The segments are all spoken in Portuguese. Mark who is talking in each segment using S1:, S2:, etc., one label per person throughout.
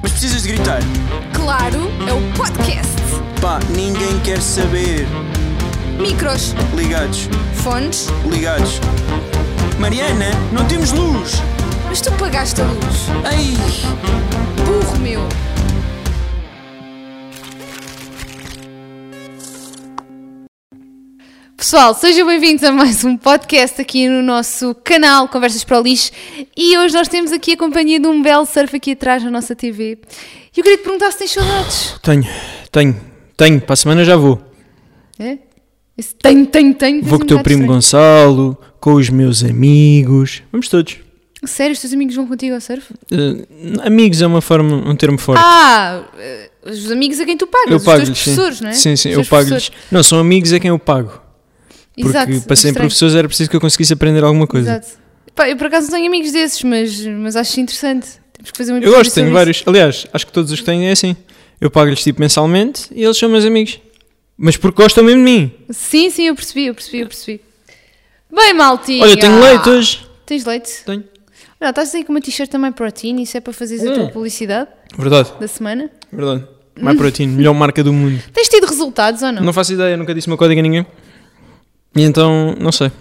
S1: precisas de gritar?
S2: Claro, é o podcast.
S1: Pá, ninguém quer saber.
S2: Micros,
S1: Ligados,
S2: fones,
S1: ligados. Mariana, não temos luz!
S2: mas tu pagaste a luz.
S1: Ai!
S2: Burro meu.
S3: Pessoal, sejam bem-vindos a mais um podcast aqui no nosso canal Conversas para o Lixo e hoje nós temos aqui a companhia de um belo surf aqui atrás na nossa TV. E eu queria te perguntar se tens saudades.
S4: Tenho, tenho, tenho. Para a semana já vou.
S3: É? Esse tenho, tenho, tenho.
S4: Vou com o teu primo Gonçalo, com os meus amigos. Vamos todos.
S3: Gonçalo. Sério, os teus amigos vão contigo ao surf?
S4: Eh, amigos é uma forma, um termo forte.
S3: Ah, eh, os amigos a quem tu pagas,
S4: eu
S3: os
S4: pago-lhes.
S3: teus
S4: sim.
S3: professores, não é?
S4: Sim, sim,
S3: Os
S4: eu
S3: teus
S4: pago-lhes.
S3: professores.
S4: Não, são amigos é quem eu pago. Porque
S3: Exato,
S4: para serem
S3: estranho.
S4: professores era preciso que eu conseguisse aprender alguma coisa.
S3: Exato. Pá, eu por acaso não tenho amigos desses, mas, mas acho interessante. Temos que fazer um
S4: Eu
S3: episódio
S4: gosto, tenho
S3: sobre
S4: vários. Aliás, acho que todos os que tenho é assim. Eu pago-lhes tipo mensalmente e eles são meus amigos. Mas porque gostam mesmo de mim.
S3: isso. Sim, sim, eu percebi, eu percebi, eu percebi. Bem, maltinha.
S4: Olha, eu tenho leite hoje.
S3: Tens leite?
S4: Tenho.
S3: Não, estás aí com uma t-shirt também proteína, isso é para fazeres a tua
S4: Hum.
S3: publicidade
S4: Verdade,
S3: da semana.
S4: verdade. My Protein, melhor marca do mundo.
S3: Tens tido resultados ou não?
S4: Não faço ideia, nunca disse uma código a ninguém. E então, não sei.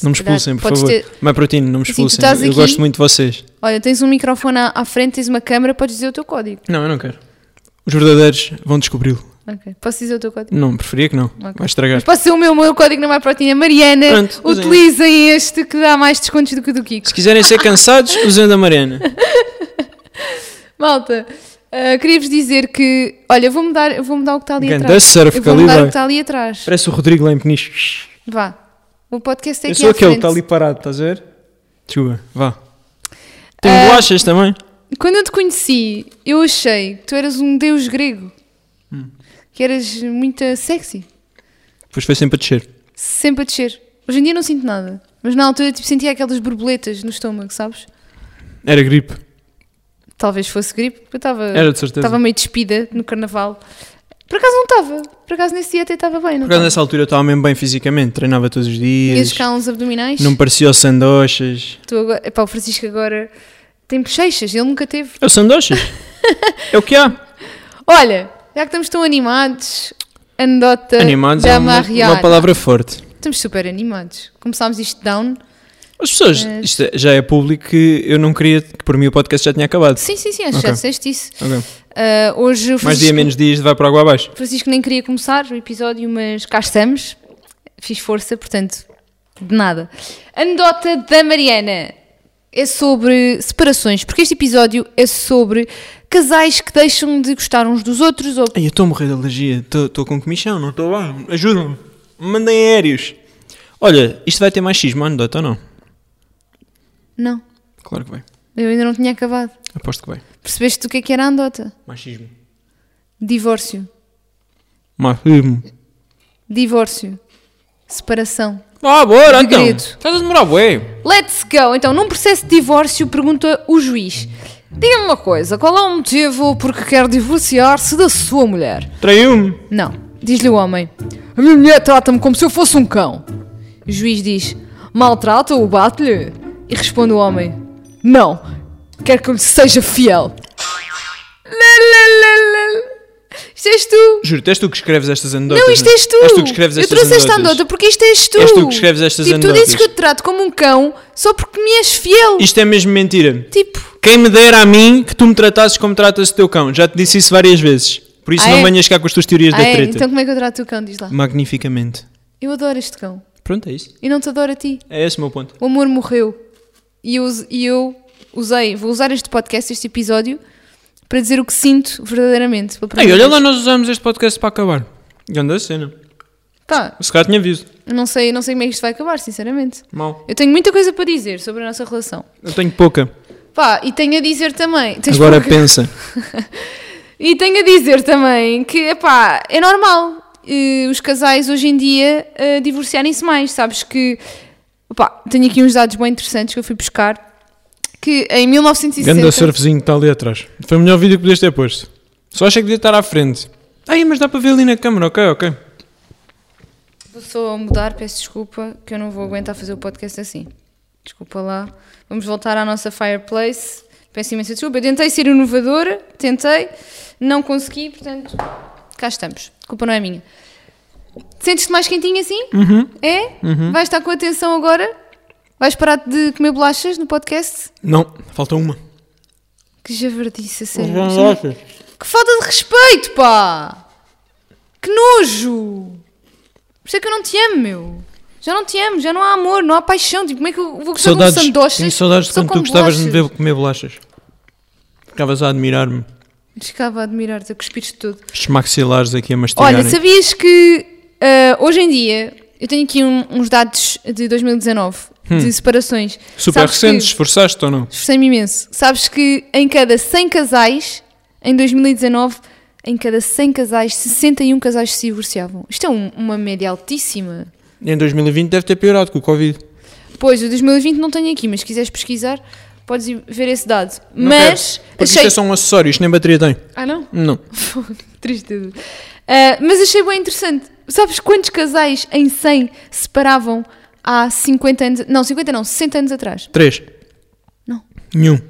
S4: Não me expulsem, por
S3: Podes
S4: favor.
S3: ter-
S4: My Protein, não me
S3: Assim, tu
S4: expulsem.
S3: estás
S4: eu
S3: aqui-
S4: gosto muito de vocês.
S3: Olha, tens um microfone à, à frente, tens uma câmera, podes dizer o teu código.
S4: Não, eu não quero. Os verdadeiros vão descobri-lo.
S3: Ok. Posso dizer o teu código?
S4: Não, preferia que não. Vai estragar.
S3: Mas posso ser o meu, o meu código não vai proteína. Mariana,
S4: Pronto, é usem
S3: utilizem este que dá mais descontos do que o do Kiko.
S4: Se quiserem ser cansados, usando a Mariana.
S3: Malta, ah, queria-vos dizer que. Olha, eu vou mudar, eu vou mudar o que está ali
S4: Ganda
S3: atrás.
S4: surf,
S3: eu vou mudar o
S4: Calibre.
S3: que está ali atrás.
S4: Parece o Rodrigo lá em Peniche.
S3: Vá. O podcast é
S4: Eu
S3: aqui
S4: sou
S3: à
S4: aquele que
S3: frente.
S4: está ali parado, estás a ver? Desculpa, vá. Tem
S3: Ah.
S4: bolachas também?
S3: Quando eu te conheci, eu achei que tu eras um deus grego.
S4: Hum.
S3: Que eras muito sexy.
S4: Depois foi sempre a descer.
S3: Sempre a descer. Hoje em dia não sinto nada. Mas na altura tipo, sentia aquelas borboletas no estômago, sabes?
S4: Era gripe.
S3: Talvez fosse gripe, porque eu estava
S4: Era de certeza.
S3: estava meio despida no carnaval. Por acaso não estava. Por acaso nesse dia até estava bem, não
S4: Por acaso
S3: estava?
S4: nessa altura eu estava mesmo bem fisicamente, treinava todos os
S3: Tinhas
S4: dias.
S3: cá uns abdominais.
S4: Não me parecia o sandochas.
S3: Tu agora- epá, o Francisco agora tem bochechas, ele nunca teve.
S4: É o sandochas? é o que há.
S3: Olha, já que estamos tão animados, anedota
S4: Animados
S3: da
S4: é uma,
S3: Mariana.
S4: uma palavra forte.
S3: Estamos super animados. Começámos isto down.
S4: As pessoas,
S3: Mas-
S4: isto é- já é público que eu não queria, que por mim o podcast já tinha acabado.
S3: Sim, sim, sim, acho que já
S4: Ok.
S3: disseste isso.
S4: Ok.
S3: Ah, hoje o Francisco,
S4: Mais dia, menos dias, vai para água abaixo.
S3: Francisco nem queria começar o episódio, mas cá estamos. Fiz força, portanto, de nada. Anedota da Mariana é sobre separações, porque este episódio é sobre casais que deixam de gostar uns dos outros ou
S4: Ai, eu estou a morrer de alergia, estou com comichão, não estou bem, ajudam-me, mandem aéreos. Olha, isto vai ter mais xismo, anedota ou não?
S3: Não,
S4: Claro que vai,
S3: eu ainda não tinha acabado.
S4: aposto que vai.
S3: Percebeste o que é que era a andota?
S4: Machismo.
S3: Divórcio.
S4: Machismo.
S3: Divórcio. Separação.
S4: Ah, bora então.
S3: Segredo.
S4: Estás a demorar, bué.
S3: Let's go! Então, num processo de divórcio, pergunta o juiz: Diga-me uma coisa, qual é o motivo por que quer divorciar-se da sua mulher?
S4: Traiu-me.
S3: Não, diz-lhe o homem: A minha mulher trata-me como se eu fosse um cão. O juiz diz: Maltrata-o, bate-lhe. E responde o homem: Não, quero que eu lhe seja fiel. Lalalala. Isto és tu!
S4: Juro, és tu que escreves estas anedotas. é?
S3: Não, isto és tu.
S4: És tu que escreves
S3: eu
S4: estas
S3: trouxe esta
S4: anedotas.
S3: anedota porque isto és tu.
S4: És tu que escreves estas
S3: tipo, tu
S4: anedotas.
S3: dizes que eu te trato como um cão só porque me és fiel.
S4: Isto é mesmo mentira.
S3: Tipo,
S4: Quem me dera a mim que tu me tratasses como tratas o teu cão. Já te disse isso várias vezes. Por isso
S3: Ah,
S4: não
S3: é?
S4: venhas cá com as tuas teorias
S3: ah,
S4: da
S3: é,
S4: treta.
S3: então como é que eu trato o cão? Diz lá.
S4: Magnificamente.
S3: Eu adoro este cão.
S4: Pronto, é isso.
S3: E não te adoro a ti.
S4: É esse o meu ponto.
S3: O amor morreu. E eu, us- e eu usei, vou usar este podcast, este episódio, para dizer o que sinto verdadeiramente. pela
S4: Ei,
S3: primeira
S4: olha
S3: vez.
S4: lá, nós usamos este podcast para acabar. Grande cena.
S3: Pá,
S4: Se calhar tinha visto.
S3: eu não sei, não sei como é que isto vai acabar, sinceramente.
S4: Mal.
S3: Eu tenho muita coisa para dizer sobre a nossa relação.
S4: Eu tenho pouca.
S3: Pá, e tenho a dizer também. tens
S4: Agora
S3: pouca-
S4: pensa.
S3: E tenho a dizer também que, epá, é normal eh, os casais hoje em dia eh, divorciarem-se mais. Sabes que, epá, tenho aqui uns dados bem interessantes que eu fui buscar, que em
S4: Ganda
S3: 1960...
S4: surfzinho que está ali atrás. Foi o melhor vídeo que podias ter posto. Só achei que devia estar à frente. Ai, mas dá para ver ali na câmara, ok, ok.
S3: Vou só mudar, peço desculpa, que eu não vou aguentar fazer o podcast assim. Desculpa lá. Vamos voltar à nossa fireplace. Peço imensa desculpa. Eu tentei ser inovadora, tentei, não consegui, portanto, cá estamos. A culpa não é minha. Sentes-te mais quentinho assim? É? Vais estar com atenção agora? Vais parar de comer bolachas no podcast?
S4: Não, falta uma.
S3: Que javardice, a
S4: Hum.
S3: sério. Que falta de respeito, pá! Que nojo! Por isso é que eu não te amo, meu. Já não te amo, já não há amor, não há paixão. Tipo, como é que eu vou gostar de um sandoches?
S4: tenho saudades de
S3: só
S4: quando tu
S3: com
S4: gostavas de me
S3: bolachas?
S4: ver comer bolachas. Ficavas a admirar-me.
S3: Ficava a admirar-te, a cuspires de tudo.
S4: Os maxilares aqui a mastigarem.
S3: Olha, sabias que ah, hoje em dia, eu tenho aqui um- uns dados de 2019, de separações.
S4: Hum. Super
S3: Sabes que-
S4: recentes, esforçaste ou não?
S3: Esforcei-me imenso. Sabes que em cada 100 casais, em 2019, em cada 100 casais, 61 casais se divorciavam. Isto é um- uma média altíssima.
S4: Em 2020 deve ter piorado com o Covid.
S3: Pois, o 2020 não tenho aqui, mas se quiseres pesquisar, podes ir ver esse dado.
S4: Não
S3: mas
S4: quero, Porque isto é só um acessório, isto nem bateria tem.
S3: Ah, não?
S4: Não.
S3: Tristeza. Ah, mas achei bem interessante. Sabes quantos casais em 100 separavam há 50 anos... Não, 50 não, 60 anos atrás.
S4: Três.
S3: Não.
S4: Nenhum.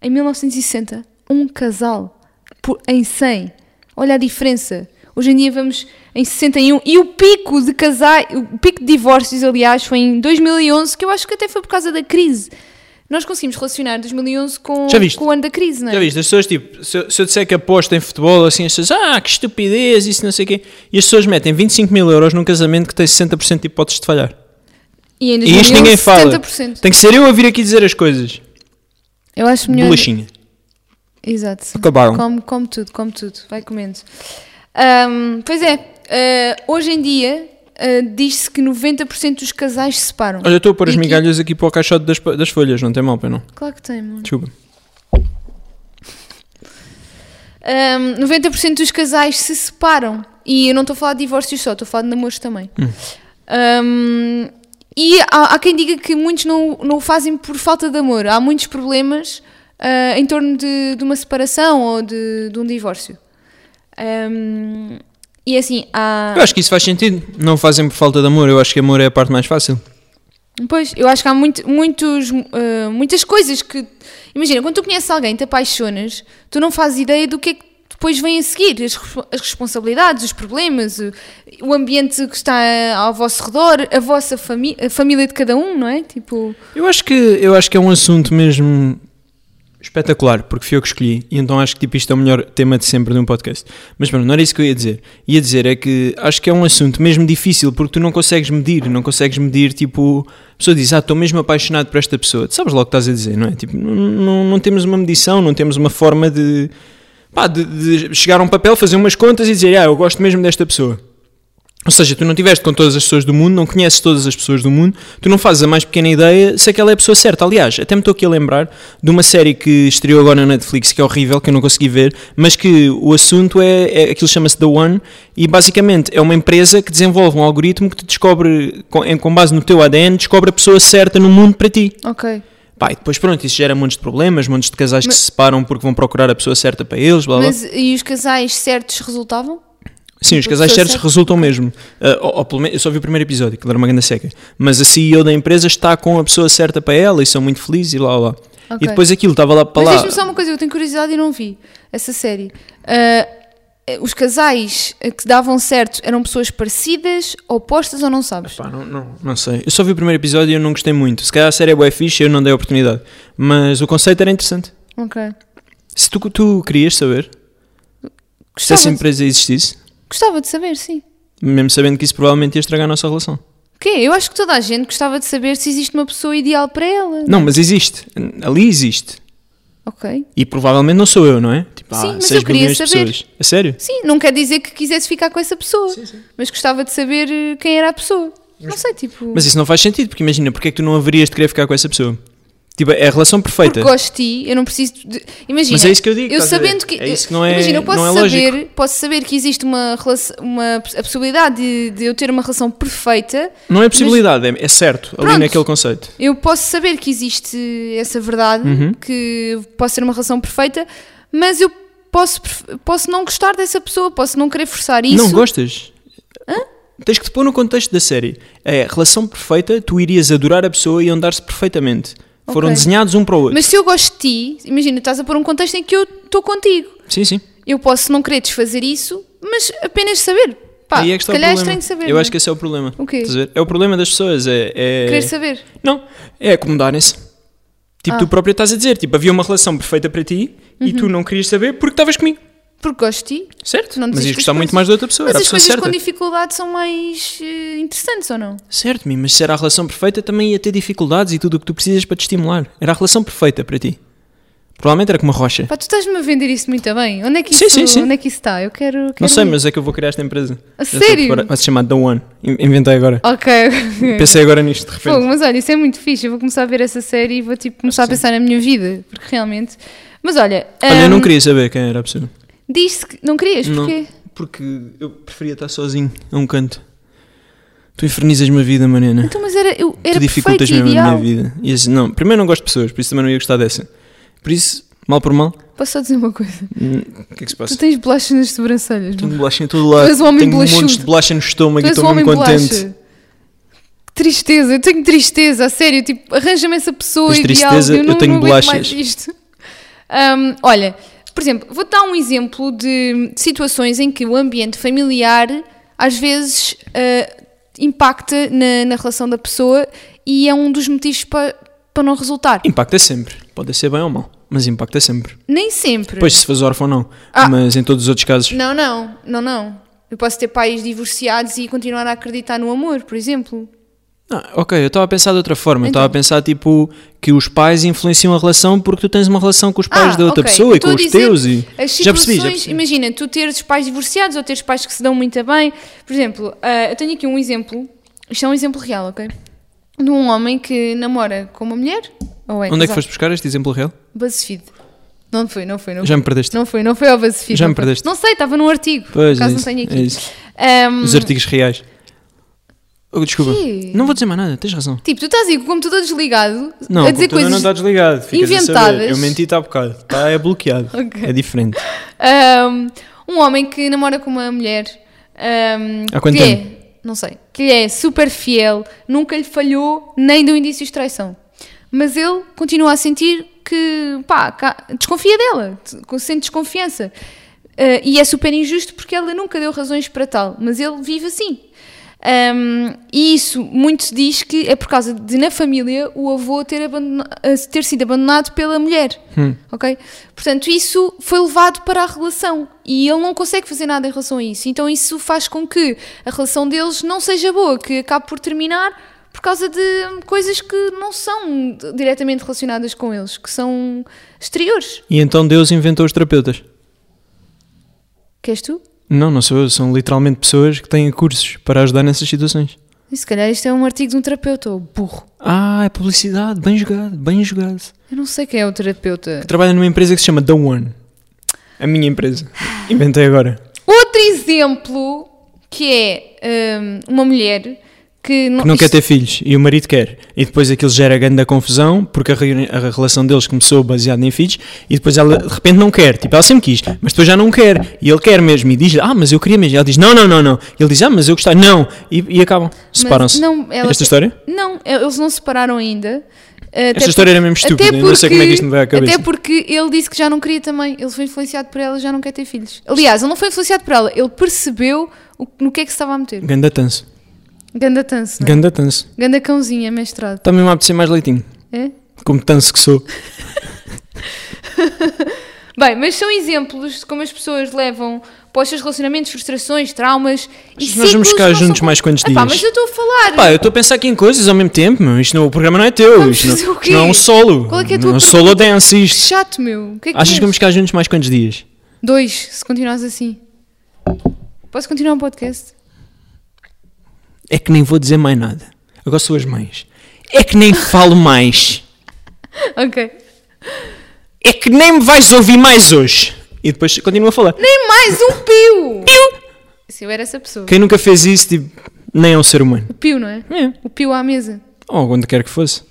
S3: Em 1960, um casal por- em 100. Olha a diferença. Hoje em dia vamos em 61 e o pico de casais, o pico de divórcios, aliás, foi em 2011, que eu acho que até foi por causa da crise. Nós conseguimos relacionar 2011 com,
S4: Já viste?
S3: com o ano da crise, não é?
S4: Já viste, as pessoas, tipo, se eu, se eu disser que aposto em futebol, assim, as pessoas, ah, que estupidez, isso não sei o quê. E as pessoas metem 25 mil euros num casamento que tem 60% de hipóteses de falhar.
S3: E em 2011,
S4: E isto ninguém fala.
S3: 70%.
S4: Tem que ser eu a vir aqui dizer as coisas.
S3: Eu acho melhor.
S4: Bolachinha.
S3: Exato.
S4: Acabaram.
S3: Come, come tudo, come tudo. Vai comendo. Ahm, pois é, ah, hoje em dia ah, diz-se que 90% dos casais se separam.
S4: Olha, eu estou a pôr as
S3: E que-
S4: migalhas aqui para o caixote das, pa- das folhas, não tem mal, pai, não.
S3: Claro que tem, mano.
S4: Desculpa.
S3: Ahm, 90% dos casais se separam. E eu não estou a falar de divórcios só, estou a falar de namoros também. Ahm, e há, há quem diga que muitos não, não o fazem por falta de amor. Há muitos problemas ah, em torno de, de uma separação ou de, de um divórcio. Ahm, e assim, há.
S4: Eu acho que isso faz sentido. Não o fazem por falta de amor, eu acho que amor é a parte mais fácil.
S3: Pois, eu acho que há muito- muitos, eh, muitas coisas que. Imagina, quando tu conheces alguém, te apaixonas, tu não fazes ideia do que é que depois vem a seguir. As, respo- as responsabilidades, os problemas, o, o ambiente que está ao vosso redor, a vossa fami- a família de cada um, não é? Tipo.
S4: Eu acho que, eu acho que é um assunto mesmo espetacular, porque fui eu que escolhi, e então acho que tipo, isto é o melhor tema de sempre de um podcast. Mas pronto, não era isso que eu ia dizer. Ia dizer é que acho que é um assunto mesmo difícil, porque tu não consegues medir, não consegues medir, tipo, a pessoa diz, ah, estou mesmo apaixonado por esta pessoa. Tu sabes logo o que estás a dizer, não é? Tipo, não, não, não temos uma medição, não temos uma forma de, pá, de, de chegar a um papel, fazer umas contas e dizer, ah, eu gosto mesmo desta pessoa. Ou seja, tu não estiveste com todas as pessoas do mundo, não conheces todas as pessoas do mundo, tu não fazes a mais pequena ideia se aquela é a pessoa certa. Aliás, até me estou aqui a lembrar de uma série que estreou agora na Netflix, que é horrível, que eu não consegui ver, mas que o assunto é, é aquilo chama-se The One, e basicamente é uma empresa que desenvolve um algoritmo que te descobre, com, em- com base no teu ADN, descobre a pessoa certa no mundo para ti.
S3: Ok.
S4: Pá, e depois pronto, isso gera montes de problemas, montes de casais que se separam porque vão procurar a pessoa certa para eles, blá blá.
S3: Mas e os casais certos resultavam?
S4: Sim, os
S3: Porque
S4: casais
S3: sou
S4: certos
S3: cega.
S4: resultam mesmo. Ah, ou- ou pelo menos- eu só vi o primeiro episódio, que era uma grande seca. Mas a CEO da empresa está com a pessoa certa para ela e são muito felizes e lá, lá. lá. E
S3: Ok.
S4: depois aquilo estava lá para
S3: Mas
S4: lá.
S3: deixa-me só uma coisa, eu tenho curiosidade e não vi essa série. Ah, eh, os casais eh, que davam certo eram pessoas parecidas, opostas ou não sabes?
S4: Pá, Ah, não, não, não sei. Eu só vi o primeiro episódio e eu não gostei muito. Se calhar a série é bué fixe eu não dei a oportunidade. Mas o conceito era interessante.
S3: Ok.
S4: Se tu, tu querias saber se essa
S3: Gostava de-
S4: empresa existisse,
S3: Gostava de saber, sim.
S4: mesmo sabendo que isso provavelmente ia estragar a nossa relação.
S3: O quê? Eu acho que toda a gente gostava de saber se existe uma pessoa ideal para ela.
S4: Não, mas existe. Ali existe.
S3: Ok.
S4: E provavelmente não sou eu, não é? Tipo,
S3: Sim, mas
S4: seis
S3: eu queria
S4: bilhões de
S3: saber.
S4: pessoas. A sério?
S3: Sim, não quer dizer que quisesse ficar com essa pessoa. Mas gostava de saber eh, quem era a pessoa. não sei, tipo.
S4: Mas isso não faz sentido, porque imagina, porque é que tu não haverias de querer ficar com essa pessoa? Tipo, é a relação
S3: porque
S4: perfeita.
S3: gosto de ti, eu não preciso de. Imagina.
S4: Mas é isso que eu digo, estás a ver?
S3: sabendo que.
S4: É isso que não é-
S3: imagina, eu posso,
S4: não é
S3: saber,
S4: lógico.
S3: posso saber que existe uma, relação, uma a possibilidade de, de eu ter uma relação perfeita.
S4: Não é possibilidade, é, é certo, ali
S3: Pronto.
S4: naquele conceito.
S3: Eu posso saber que existe essa verdade,
S4: Uhum.
S3: que posso ter uma relação perfeita, mas eu posso, pref- posso não gostar dessa pessoa, posso não querer forçar isso.
S4: Não gostas? Tens que te pôr no contexto da série. É, relação perfeita, tu irias adorar a pessoa e andar-se perfeitamente. Foram
S3: Ok.
S4: desenhados um para o outro.
S3: Mas se eu gosto de ti, imagina, estás a pôr um contexto em que eu estou contigo.
S4: Sim, sim.
S3: Eu posso não querer desfazer isso, mas apenas saber. Pá,
S4: Aí é que
S3: se
S4: está
S3: calhar
S4: o
S3: é
S4: problema.
S3: estranho saber.
S4: Eu
S3: não é?
S4: acho que esse é o problema.
S3: O quê?
S4: Estás a ver? É o problema das pessoas. É, é-
S3: Querer saber.
S4: Não, é acomodarem-se. Tipo,
S3: Ah.
S4: tu próprio estás a dizer, tipo, havia uma relação perfeita para ti e
S3: Uhum.
S4: tu não querias saber porque estavas comigo,
S3: Porque gosto de ti.
S4: certo?
S3: Não
S4: Mas
S3: desistes das
S4: ias gostar muito
S3: coisas.
S4: mais da outra pessoa,
S3: Mas
S4: era a
S3: as
S4: pessoa
S3: coisas com
S4: certa.
S3: dificuldade são mais eh, interessantes ou não?
S4: Certo, Mi, mas se era a relação perfeita também ia ter dificuldades e tudo o que tu precisas para te estimular. Era a relação perfeita para ti. Provavelmente era como uma rocha.
S3: Pá, tu estás-me a vender isso muito bem. Onde é que isso,
S4: Sim, sim, sim.
S3: Onde é que isso está? Eu quero.
S4: Não
S3: quero
S4: sei,
S3: ir.
S4: mas é que eu vou criar esta empresa.
S3: A
S4: Já estou
S3: sério?
S4: preparado. Vai se chamar The One. In- Inventei agora.
S3: Ok.
S4: Pensei agora nisto de
S3: Fogo,
S4: repente.
S3: mas olha, isso é muito fixe. Eu vou começar a ver essa série e vou tipo, começar a pensar na minha vida. Porque realmente. Mas olha.
S4: Olha, eu
S3: hum,
S4: não queria saber quem era a pessoa.
S3: Disse que não querias,
S4: Não,
S3: porquê?
S4: porque eu preferia estar sozinho a um canto. Tu infernizas-me a vida, Mariana.
S3: Então, mas era, eu, era perfeito
S4: tu dificultas
S3: e
S4: mesmo a
S3: ideal.
S4: minha vida. E assim, não, primeiro não gosto de pessoas, por isso também não ia gostar dessa. Por isso, mal por mal,
S3: Posso só dizer uma coisa?
S4: hum, o que é que se
S3: Tu
S4: passa?
S3: tens bolachas nas sobrancelhas.
S4: Tenho
S3: mano.
S4: bolacha em todo lado.
S3: Tu és um homem
S4: Tenho um monte
S3: bolachudo.
S4: de bolacha no estômago
S3: Tu
S4: e
S3: és um
S4: estou
S3: homem
S4: mesmo contente.
S3: bolacha. Que tristeza, eu tenho tristeza, a sério. Tipo, arranja-me essa pessoa
S4: Tens
S3: ideal.
S4: tristeza,
S3: eu, não,
S4: eu tenho
S3: não aguento mais
S4: bolachas.
S3: isto. Hum, olha, por exemplo, vou dar um exemplo de situações em que o ambiente familiar às vezes ah, impacta na, na relação da pessoa e é um dos motivos para para não resultar.
S4: Impacta sempre. Pode ser bem ou mal, mas impacta sempre.
S3: Nem sempre.
S4: Pois, se faz órfão, não.
S3: Ah.
S4: Mas em todos os outros casos.
S3: Não, não, não, não. Eu posso ter pais divorciados e continuar a acreditar no amor, por exemplo.
S4: Ah, ok, eu estava a pensar de outra forma. Eu
S3: Então.
S4: estava a pensar, tipo, que os pais influenciam a relação porque tu tens uma relação com os pais
S3: Ah,
S4: da outra
S3: ok.
S4: pessoa
S3: Eu
S4: e
S3: estou a
S4: com os
S3: dizer
S4: teus. E...
S3: As
S4: Já percebi, já
S3: situações-
S4: percebi.
S3: Imagina, tu teres pais divorciados ou teres pais que se dão muito bem. Por exemplo, ah, eu tenho aqui um exemplo. Isto é um exemplo real, ok? De um homem que namora com uma mulher. Ou é
S4: Onde é que
S3: casado?
S4: foste buscar este exemplo real?
S3: BuzzFeed. Não foi, não foi, não foi.
S4: Já me perdeste.
S3: Não foi, não foi ao BuzzFeed.
S4: Já
S3: não
S4: me
S3: foi.
S4: perdeste.
S3: Não sei, estava num artigo.
S4: Pois,
S3: por acaso
S4: é isso,
S3: não tenho
S4: é
S3: aqui.
S4: isso.
S3: Ahm,
S4: Os artigos reais. Oh, desculpa.
S3: Quê?
S4: Não vou dizer mais nada, tens razão.
S3: Tipo, tu estás aí com o computador desligado
S4: Não,
S3: a dizer
S4: o computador
S3: coisas.
S4: não está desligado. Ficas A
S3: inventadas.
S4: saber. Eu menti-te há bocado. Está é bloqueado.
S3: Ok.
S4: É diferente.
S3: Um, um homem que namora com uma mulher um,
S4: Há quanto
S3: que
S4: tempo?
S3: é, não sei, que lhe é super fiel, nunca lhe falhou, nem deu indícios de traição. Mas ele continua a sentir que, pá, cá- desconfia dela, t- sente desconfiança. Uh, e é super injusto porque ela nunca deu razões para tal, mas ele vive assim. Um, e isso muito se diz que é por causa de, na família, o avô ter, abandona- uh, ter sido abandonado pela mulher. Ok? Portanto, isso foi levado para a relação e ele não consegue fazer nada em relação a isso. Então, isso faz com que a relação deles não seja boa, que acabe por terminar por causa de hum, coisas que não são d- diretamente relacionadas com eles, que são exteriores.
S4: E então Deus inventou os terapeutas.
S3: Queres tu?
S4: Não, não sou eu. São literalmente pessoas que têm cursos para ajudar nessas situações.
S3: E se calhar isto é um artigo de um terapeuta, ou burro.
S4: Ah, é publicidade. Bem jogado, bem jogado.
S3: Eu não sei quem é o terapeuta.
S4: Trabalho numa empresa que se chama The One. A minha empresa. Inventei agora.
S3: Outro exemplo que é hum, uma mulher que não,
S4: Que não quer
S3: isto-
S4: ter filhos e o marido quer. E depois aquilo gera grande confusão porque a, reuni- a relação deles começou baseada em filhos e depois ela de repente não quer. Tipo, ela sempre quis, mas depois já não quer. E ele quer mesmo e diz Ah, mas eu queria mesmo. Ela diz Não, não, não, não. E ele diz Ah, mas eu gostava. Não. E, e acabam.
S3: Mas
S4: Separam-se.
S3: não, ela-
S4: Esta história?
S3: Não, eles não se separaram ainda. Eh,
S4: Esta história era mesmo estúpida, eu não sei como é que isto me veio à cabeça.
S3: Até porque ele disse que já não queria também. Ele foi influenciado por ela, já não quer ter filhos. Aliás, ele não foi influenciado por ela, ele percebeu o- no que é que se estava a meter.
S4: Ganda tanso.
S3: Ganda tanso, não é?
S4: Ganda tanso.
S3: Ganda cãozinha, mestrado.
S4: Está mesmo a apetecer mais leitinho.
S3: É?
S4: Como tanso que sou.
S3: Bem, mas são exemplos de como as pessoas levam para os seus relacionamentos, frustrações, traumas e
S4: Nós
S3: ciclos
S4: vamos ficar
S3: que não
S4: juntos
S3: são-
S4: mais quantos
S3: Epá,
S4: dias?
S3: mas eu estou a falar.
S4: Pá, eu estou a pensar aqui em coisas ao mesmo tempo, meu. Isto não, o programa não é teu.
S3: Vamos
S4: isto não,
S3: fazer o quê?
S4: isto não é um solo.
S3: Qual é que é a
S4: não
S3: tua
S4: é um
S3: pergunta?
S4: solo dance
S3: Que
S4: isto.
S3: Chato, meu. O que é que
S4: Achas que
S3: queres?
S4: vamos ficar juntos mais quantos dias?
S3: Dois, se continuares assim. Posso continuar o podcast?
S4: É que nem vou dizer mais nada. Agora sou as mães. É que nem falo mais.
S3: Ok.
S4: É que nem me vais ouvir mais hoje. E depois continuo a falar.
S3: Nem mais um pio! Pio! Se eu era essa pessoa.
S4: Quem nunca fez isso, tipo, nem é um ser humano.
S3: O pio, não é?
S4: É.
S3: O pio à mesa.
S4: Ou onde quer que fosse.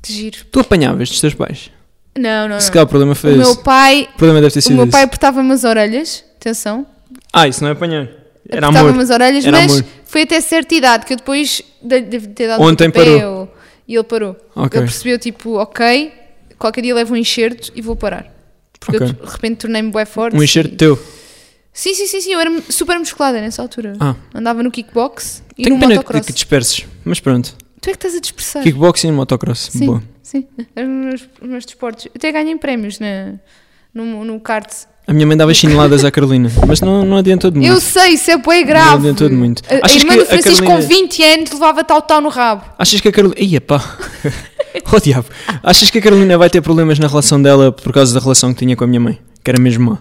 S3: Que giro.
S4: Tu apanhavas dos teus pais.
S3: Não, não,
S4: Se
S3: não.
S4: calhar o problema foi
S3: Ah. O
S4: esse.
S3: meu pai,
S4: O problema deve ter
S3: o
S4: sido
S3: meu
S4: esse.
S3: pai apertava-me as orelhas. Atenção.
S4: Ah, isso não é apanhar. Era amor.
S3: Apertava-me as orelhas,
S4: Era
S3: mas
S4: amor.
S3: foi até certa idade que eu depois de- devo ter dado um
S4: Ontem
S3: pontapé
S4: parou.
S3: ou- E ele parou.
S4: Ok.
S3: Ele percebeu, tipo, ok, qualquer dia levo um enxerto e vou parar. Porque
S4: Ok.
S3: eu, de repente, tornei-me bué forte.
S4: Um enxerto
S3: e-
S4: teu.
S3: Sim, sim, sim, sim, eu era super musculada nessa altura.
S4: Ah.
S3: Andava no kickbox e
S4: Tenho
S3: no
S4: pena que,
S3: motocross.
S4: que disperses, mas pronto.
S3: Tu é que estás a dispersar.
S4: Kickboxing e motocross.
S3: Sim,
S4: Boa.
S3: sim. Eram Os meus, os meus desportos. Eu até ganhei prémios na, no, no kart.
S4: A minha mãe dava chineladas à Carolina, mas não, não adiantou de muito.
S3: Eu sei, isso é bem grave.
S4: adiantou de muito.
S3: A, a
S4: Achas
S3: irmã
S4: que
S3: do
S4: a
S3: Francisco
S4: Carolina-
S3: com 20 anos levava tal-tal no rabo.
S4: Achas que a Carolina. Ia pá! oh diabo! Achas que a Carolina vai ter problemas na relação dela por causa da relação que tinha com a minha mãe? Que era mesmo má.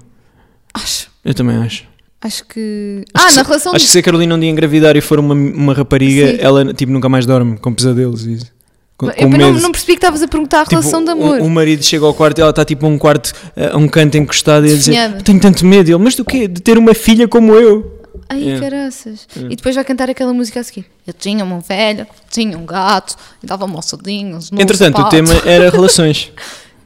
S3: Acho,
S4: Eu também acho.
S3: acho que...
S4: Acho
S3: ah,
S4: que
S3: na
S4: se-
S3: relação...
S4: Acho que se a Carolina um dia engravidar e for uma, uma rapariga,
S3: Sim.
S4: ela tipo, nunca mais dorme com pesadelos e isso. Com,
S3: eu
S4: com
S3: não,
S4: medo.
S3: não percebi que estavas a perguntar a
S4: Tipo,
S3: relação de
S4: o-
S3: amor.
S4: O, marido chega ao quarto e ela está tipo a um quarto, a um canto encostado e a dizer:
S3: Definhada.
S4: Tenho tanto medo. E ele, mas do quê? De ter uma filha como eu.
S3: Ai,
S4: Yeah.
S3: caraças.
S4: É.
S3: E depois vai cantar aquela música a seguir. Eu tinha uma velha, tinha um gato, e dava moçadinhos.
S4: Entretanto, o tema era relações.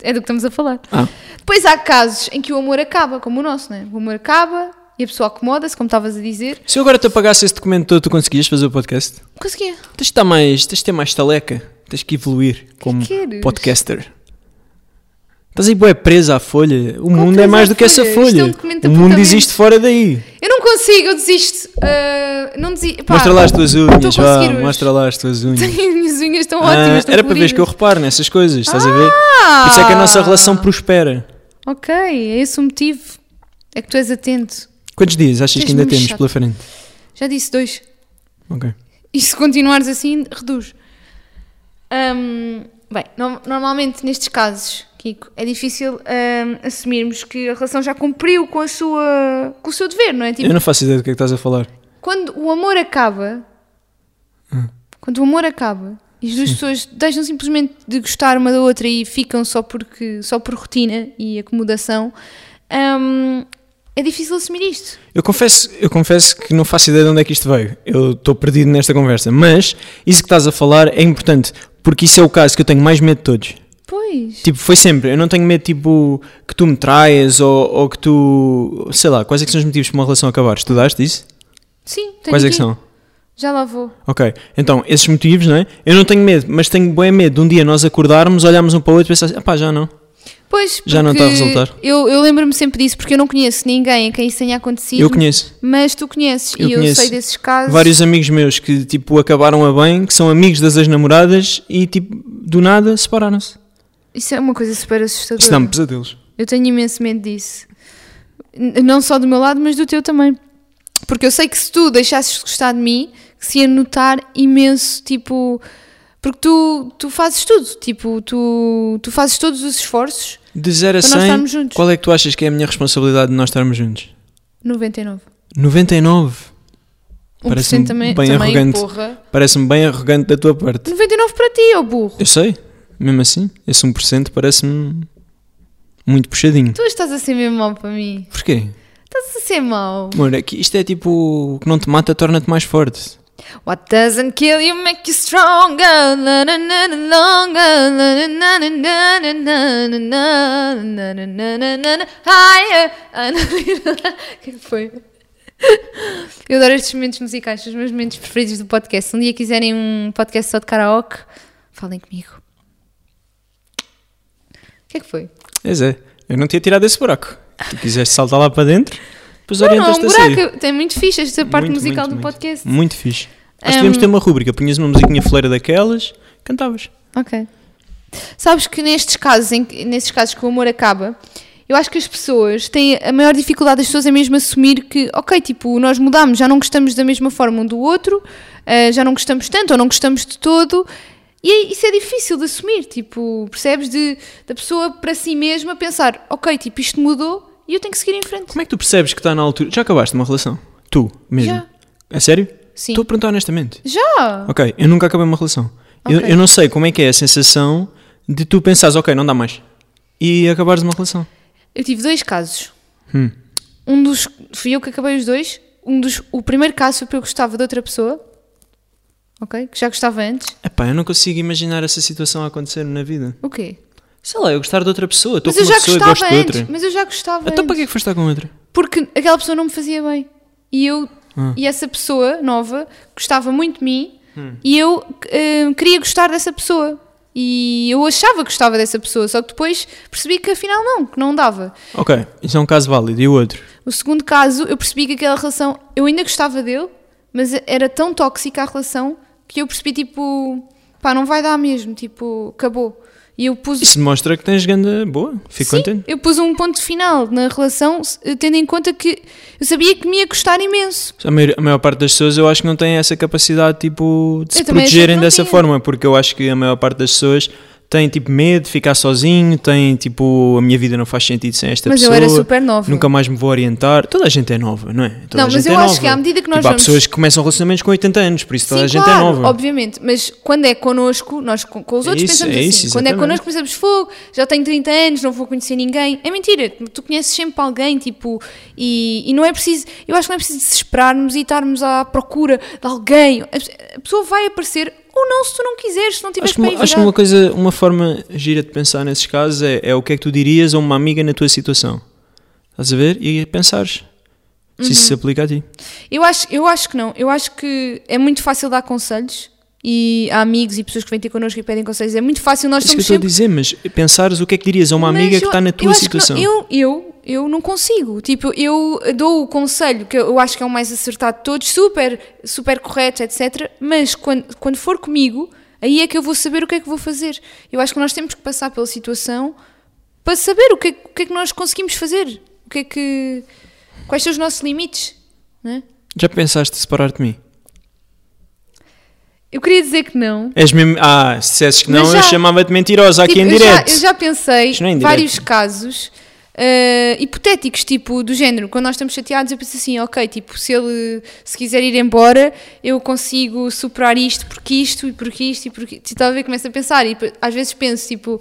S3: É do que estamos a falar.
S4: Ah.
S3: Depois há casos em que o amor acaba, como o nosso, né? O amor acaba e a pessoa acomoda-se, como estavas a dizer.
S4: Se eu agora te apagasse esse documento todo, tu conseguias fazer o podcast?
S3: Conseguia.
S4: Tens de, estar mais, tens de ter mais taleca. Tens que evoluir como
S3: queres?
S4: podcaster. Estás aí, boé, presa à folha. O mundo é
S3: presa
S4: mais
S3: à
S4: do que essa
S3: folha? Isto
S4: folha.
S3: é um documento de
S4: o mundo
S3: apontamento.
S4: existe fora daí.
S3: Eu não consigo, eu desisto. Ah, não desisto.
S4: mostra lá as tuas unhas,
S3: estou a
S4: vá.
S3: conseguir hoje.
S4: Mostra lá as tuas unhas.
S3: As minhas unhas estão
S4: Ah,
S3: ótimas. estão
S4: era para veres
S3: coloridas.
S4: que eu reparo nessas coisas, estás a ver?
S3: Ah!
S4: Por isso é que a nossa relação prospera.
S3: Ok, é esse o motivo. É que tu és atento.
S4: Quantos dias achas que
S3: Tens
S4: ainda
S3: mesmo
S4: temos
S3: chato. Tipo
S4: pela frente?
S3: Já disse dois.
S4: Ok.
S3: E se continuares assim, reduz. Hum, bem, no- normalmente nestes casos, Kiko, é difícil hum, assumirmos que a relação já cumpriu com, a sua, com o seu dever, não é? Tipo,
S4: Eu não faço ideia do que é que estás a falar.
S3: quando o amor acaba, quando o amor acaba e as duas pessoas deixam simplesmente de gostar uma da outra e ficam só, porque, só por rotina e acomodação, hum, é difícil assumir isto.
S4: Eu confesso, eu confesso que não faço ideia de onde é que isto veio. Eu estou perdido nesta conversa. Mas isso que estás a falar é importante, porque isso é o caso que eu tenho mais medo de todos.
S3: Pois.
S4: Tipo, foi sempre. Eu não tenho medo, tipo, que tu me traias ou, ou que tu. Sei lá, quais é que são os motivos para uma relação acabar? Estudaste isso?
S3: Sim, tenho
S4: Quais é que
S3: aqui.
S4: são?
S3: Já lá vou.
S4: Ok, então, esses motivos, não é? Eu não tenho medo, mas tenho bem medo de um dia nós acordarmos, olharmos um para o outro e pensar assim, ah pá, já não.
S3: Pois,
S4: Já não
S3: porque
S4: está a resultar.
S3: Eu, eu lembro-me sempre disso, porque eu não conheço ninguém a quem isso tenha acontecido.
S4: Eu conheço.
S3: Mas tu conheces,
S4: Eu
S3: e eu
S4: conheço
S3: sei desses casos.
S4: Vários amigos meus que, tipo, acabaram a bem, que são amigos das ex-namoradas e, tipo, do nada separaram-se.
S3: Isso é uma coisa super assustadora.
S4: Isso dá-me pesadelos.
S3: Eu tenho imenso medo disso. N- Não só do meu lado, mas do teu também. Porque eu sei que se tu deixasses de gostar de mim, que se ia notar imenso, tipo. Porque tu, tu fazes tudo, tipo, tu, tu fazes todos os esforços,
S4: De 0 a
S3: Para nós estarmos
S4: 100,
S3: juntos.
S4: qual é que tu achas que é a minha responsabilidade de nós estarmos juntos?
S3: 99.
S4: 99.
S3: 1%
S4: Parece-me
S3: também,
S4: bem
S3: também
S4: arrogante.
S3: porra.
S4: Parece-me bem arrogante da tua parte.
S3: 99 para ti, ó burro.
S4: Eu sei, mesmo assim, esse 1% parece-me muito puxadinho.
S3: Tu estás a ser mesmo mau para mim.
S4: Porquê?
S3: Estás a ser mau.
S4: Amor, é que isto é tipo, o que não te mata torna-te mais forte.
S3: What doesn't kill you make you stronger. Na, na, na, na, longer. Na, na, na, na, na, na, na, na, na, na, na, na, na, na, higher. Ah, não, O que é que foi? Eu adoro estes momentos musicais, são os meus momentos preferidos do podcast. Se um dia quiserem um podcast só de karaoke, falem comigo. O que é que foi?
S4: Pois é, eu não tinha tirado esse buraco. Tu quiseste saltar lá para dentro, depois
S3: Não, não, há um
S4: orientas-te a sair.
S3: buraco. Tem muito fixe esta parte
S4: Muito,
S3: musical
S4: muito,
S3: do
S4: muito.
S3: podcast.
S4: Muito fixe. Acho que
S3: Ahm.
S4: devíamos ter uma rúbrica, punhas uma musiquinha fleira daquelas, cantavas.
S3: Ok. Sabes que nestes casos, em que, nestes casos que o amor acaba, eu acho que as pessoas têm a maior dificuldade das pessoas é mesmo assumir que, ok, tipo, nós mudamos, já não gostamos da mesma forma um do outro, ah, já não gostamos tanto ou não gostamos de todo. E é- isso é difícil de assumir, tipo, percebes? De, da pessoa para si mesma pensar, ok, tipo, isto mudou e eu tenho que seguir em frente.
S4: Como é que tu percebes que está na altura? Já acabaste uma relação? Tu, mesmo?
S3: Já.
S4: A sério?
S3: Sim.
S4: Estou a perguntar honestamente.
S3: Já!
S4: Ok, eu nunca acabei uma relação. Eu,
S3: Ok.
S4: eu não sei como é que é a sensação de tu pensares, ok, não dá mais. E acabares uma relação.
S3: Eu tive dois casos.
S4: Hum.
S3: Um dos. Fui eu que acabei os dois. Um dos, o primeiro caso foi porque eu gostava de outra pessoa. Ok? Que já gostava antes.
S4: Epá, eu não consigo imaginar essa situação a acontecer na vida.
S3: O quê?
S4: Sei lá, eu gostar de outra pessoa, estou
S3: Mas
S4: com
S3: eu
S4: Então
S3: já
S4: uma pessoa e gosto
S3: gostava
S4: de outra.
S3: antes. Mas eu já gostava
S4: Então para
S3: antes.
S4: que é que foste estar com outra?
S3: Porque
S4: Ah.
S3: aquela pessoa não me fazia bem. E eu. E essa pessoa nova gostava muito de mim.
S4: Hum.
S3: E eu eh, queria gostar dessa pessoa. E eu achava que gostava dessa pessoa, só que depois percebi que afinal não, que não dava.
S4: Ok, isso é um caso válido. E o outro?
S3: O segundo caso, eu percebi que aquela relação, eu ainda gostava dele, mas era tão tóxica a relação que eu percebi tipo, pá, não vai dar mesmo, tipo, acabou. E eu pus
S4: Isso demonstra que tens ganda boa. Fico
S3: Sim,
S4: contente.
S3: eu pus um ponto final na relação, se- tendo em conta que eu sabia que me ia custar imenso.
S4: A maio- a maior, parte das pessoas eu acho que não tem essa capacidade tipo, de se
S3: Eu também achei que
S4: protegerem
S3: não
S4: dessa
S3: tinha.
S4: forma, porque eu acho que a maior parte das pessoas tem tipo medo de ficar sozinho, tem tipo a minha vida não faz sentido sem esta
S3: Mas eu
S4: pessoa.
S3: era super nova.
S4: Nunca mais me vou orientar. Toda a gente é nova, não é? Toda
S3: Não,
S4: a
S3: mas
S4: gente
S3: eu
S4: é
S3: acho
S4: nova.
S3: que à medida que nós
S4: tipo, há
S3: vamos-
S4: pessoas que começam relacionamentos com 80 anos, por isso toda a gente é
S3: claro,
S4: nova.
S3: obviamente, mas quando é connosco, nós com, com os
S4: É
S3: outros
S4: isso,
S3: pensamos
S4: é
S3: assim.
S4: isso,
S3: quando é
S4: exatamente.
S3: connosco pensamos, fogo, já tenho 30 anos, não vou conhecer ninguém. É mentira, tu conheces sempre alguém, tipo, e, e não é preciso, eu acho que não é preciso desesperarmos e estarmos à procura de alguém. A, pe- a pessoa vai aparecer ou não, se tu não quiseres, se não tiveres
S4: Acho que,
S3: para
S4: uma, acho que
S3: virar.
S4: uma coisa, uma forma gira de pensar nesses casos é, é o que é que tu dirias a uma amiga na tua situação. Estás a ver? E pensares se isso se
S3: Uhum.
S4: aplica a ti.
S3: Eu acho, eu acho que não. Eu acho que é muito fácil dar conselhos e há amigos e pessoas que vêm ter connosco e pedem conselhos. É muito fácil, nós
S4: É isso que eu
S3: somos
S4: estou a
S3: sempre.
S4: dizer, mas pensares o que é que dirias a uma
S3: Mas
S4: amiga que
S3: eu-
S4: está na
S3: eu
S4: tua
S3: acho que não-
S4: situação.
S3: eu, eu, eu não consigo. Tipo, eu dou o conselho que eu acho que é o mais acertado de todos, super, super correto, etc. Mas quando, quando for comigo, aí é que eu vou saber o que é que vou fazer. Eu acho que nós temos que passar pela situação para saber o que é, que- o que, é que nós conseguimos fazer. O que é que. Quais são os nossos limites, né?
S4: Já pensaste em separar-te de mim?
S3: Eu queria dizer que não.
S4: És mesmo... Ah, se dissesses que não,
S3: Mas
S4: eu
S3: já-
S4: chamava-te mentirosa aqui
S3: Tipo,
S4: em
S3: eu, já,
S4: direto.
S3: eu já pensei
S4: Isto não é em
S3: vários
S4: direto.
S3: casos eh, hipotéticos, tipo, do género, quando nós estamos chateados, eu penso assim, ok, tipo, se ele se quiser ir embora, eu consigo superar isto porque isto e porque isto e porque isto. Talvez começo a pensar, e depois, às vezes penso, tipo,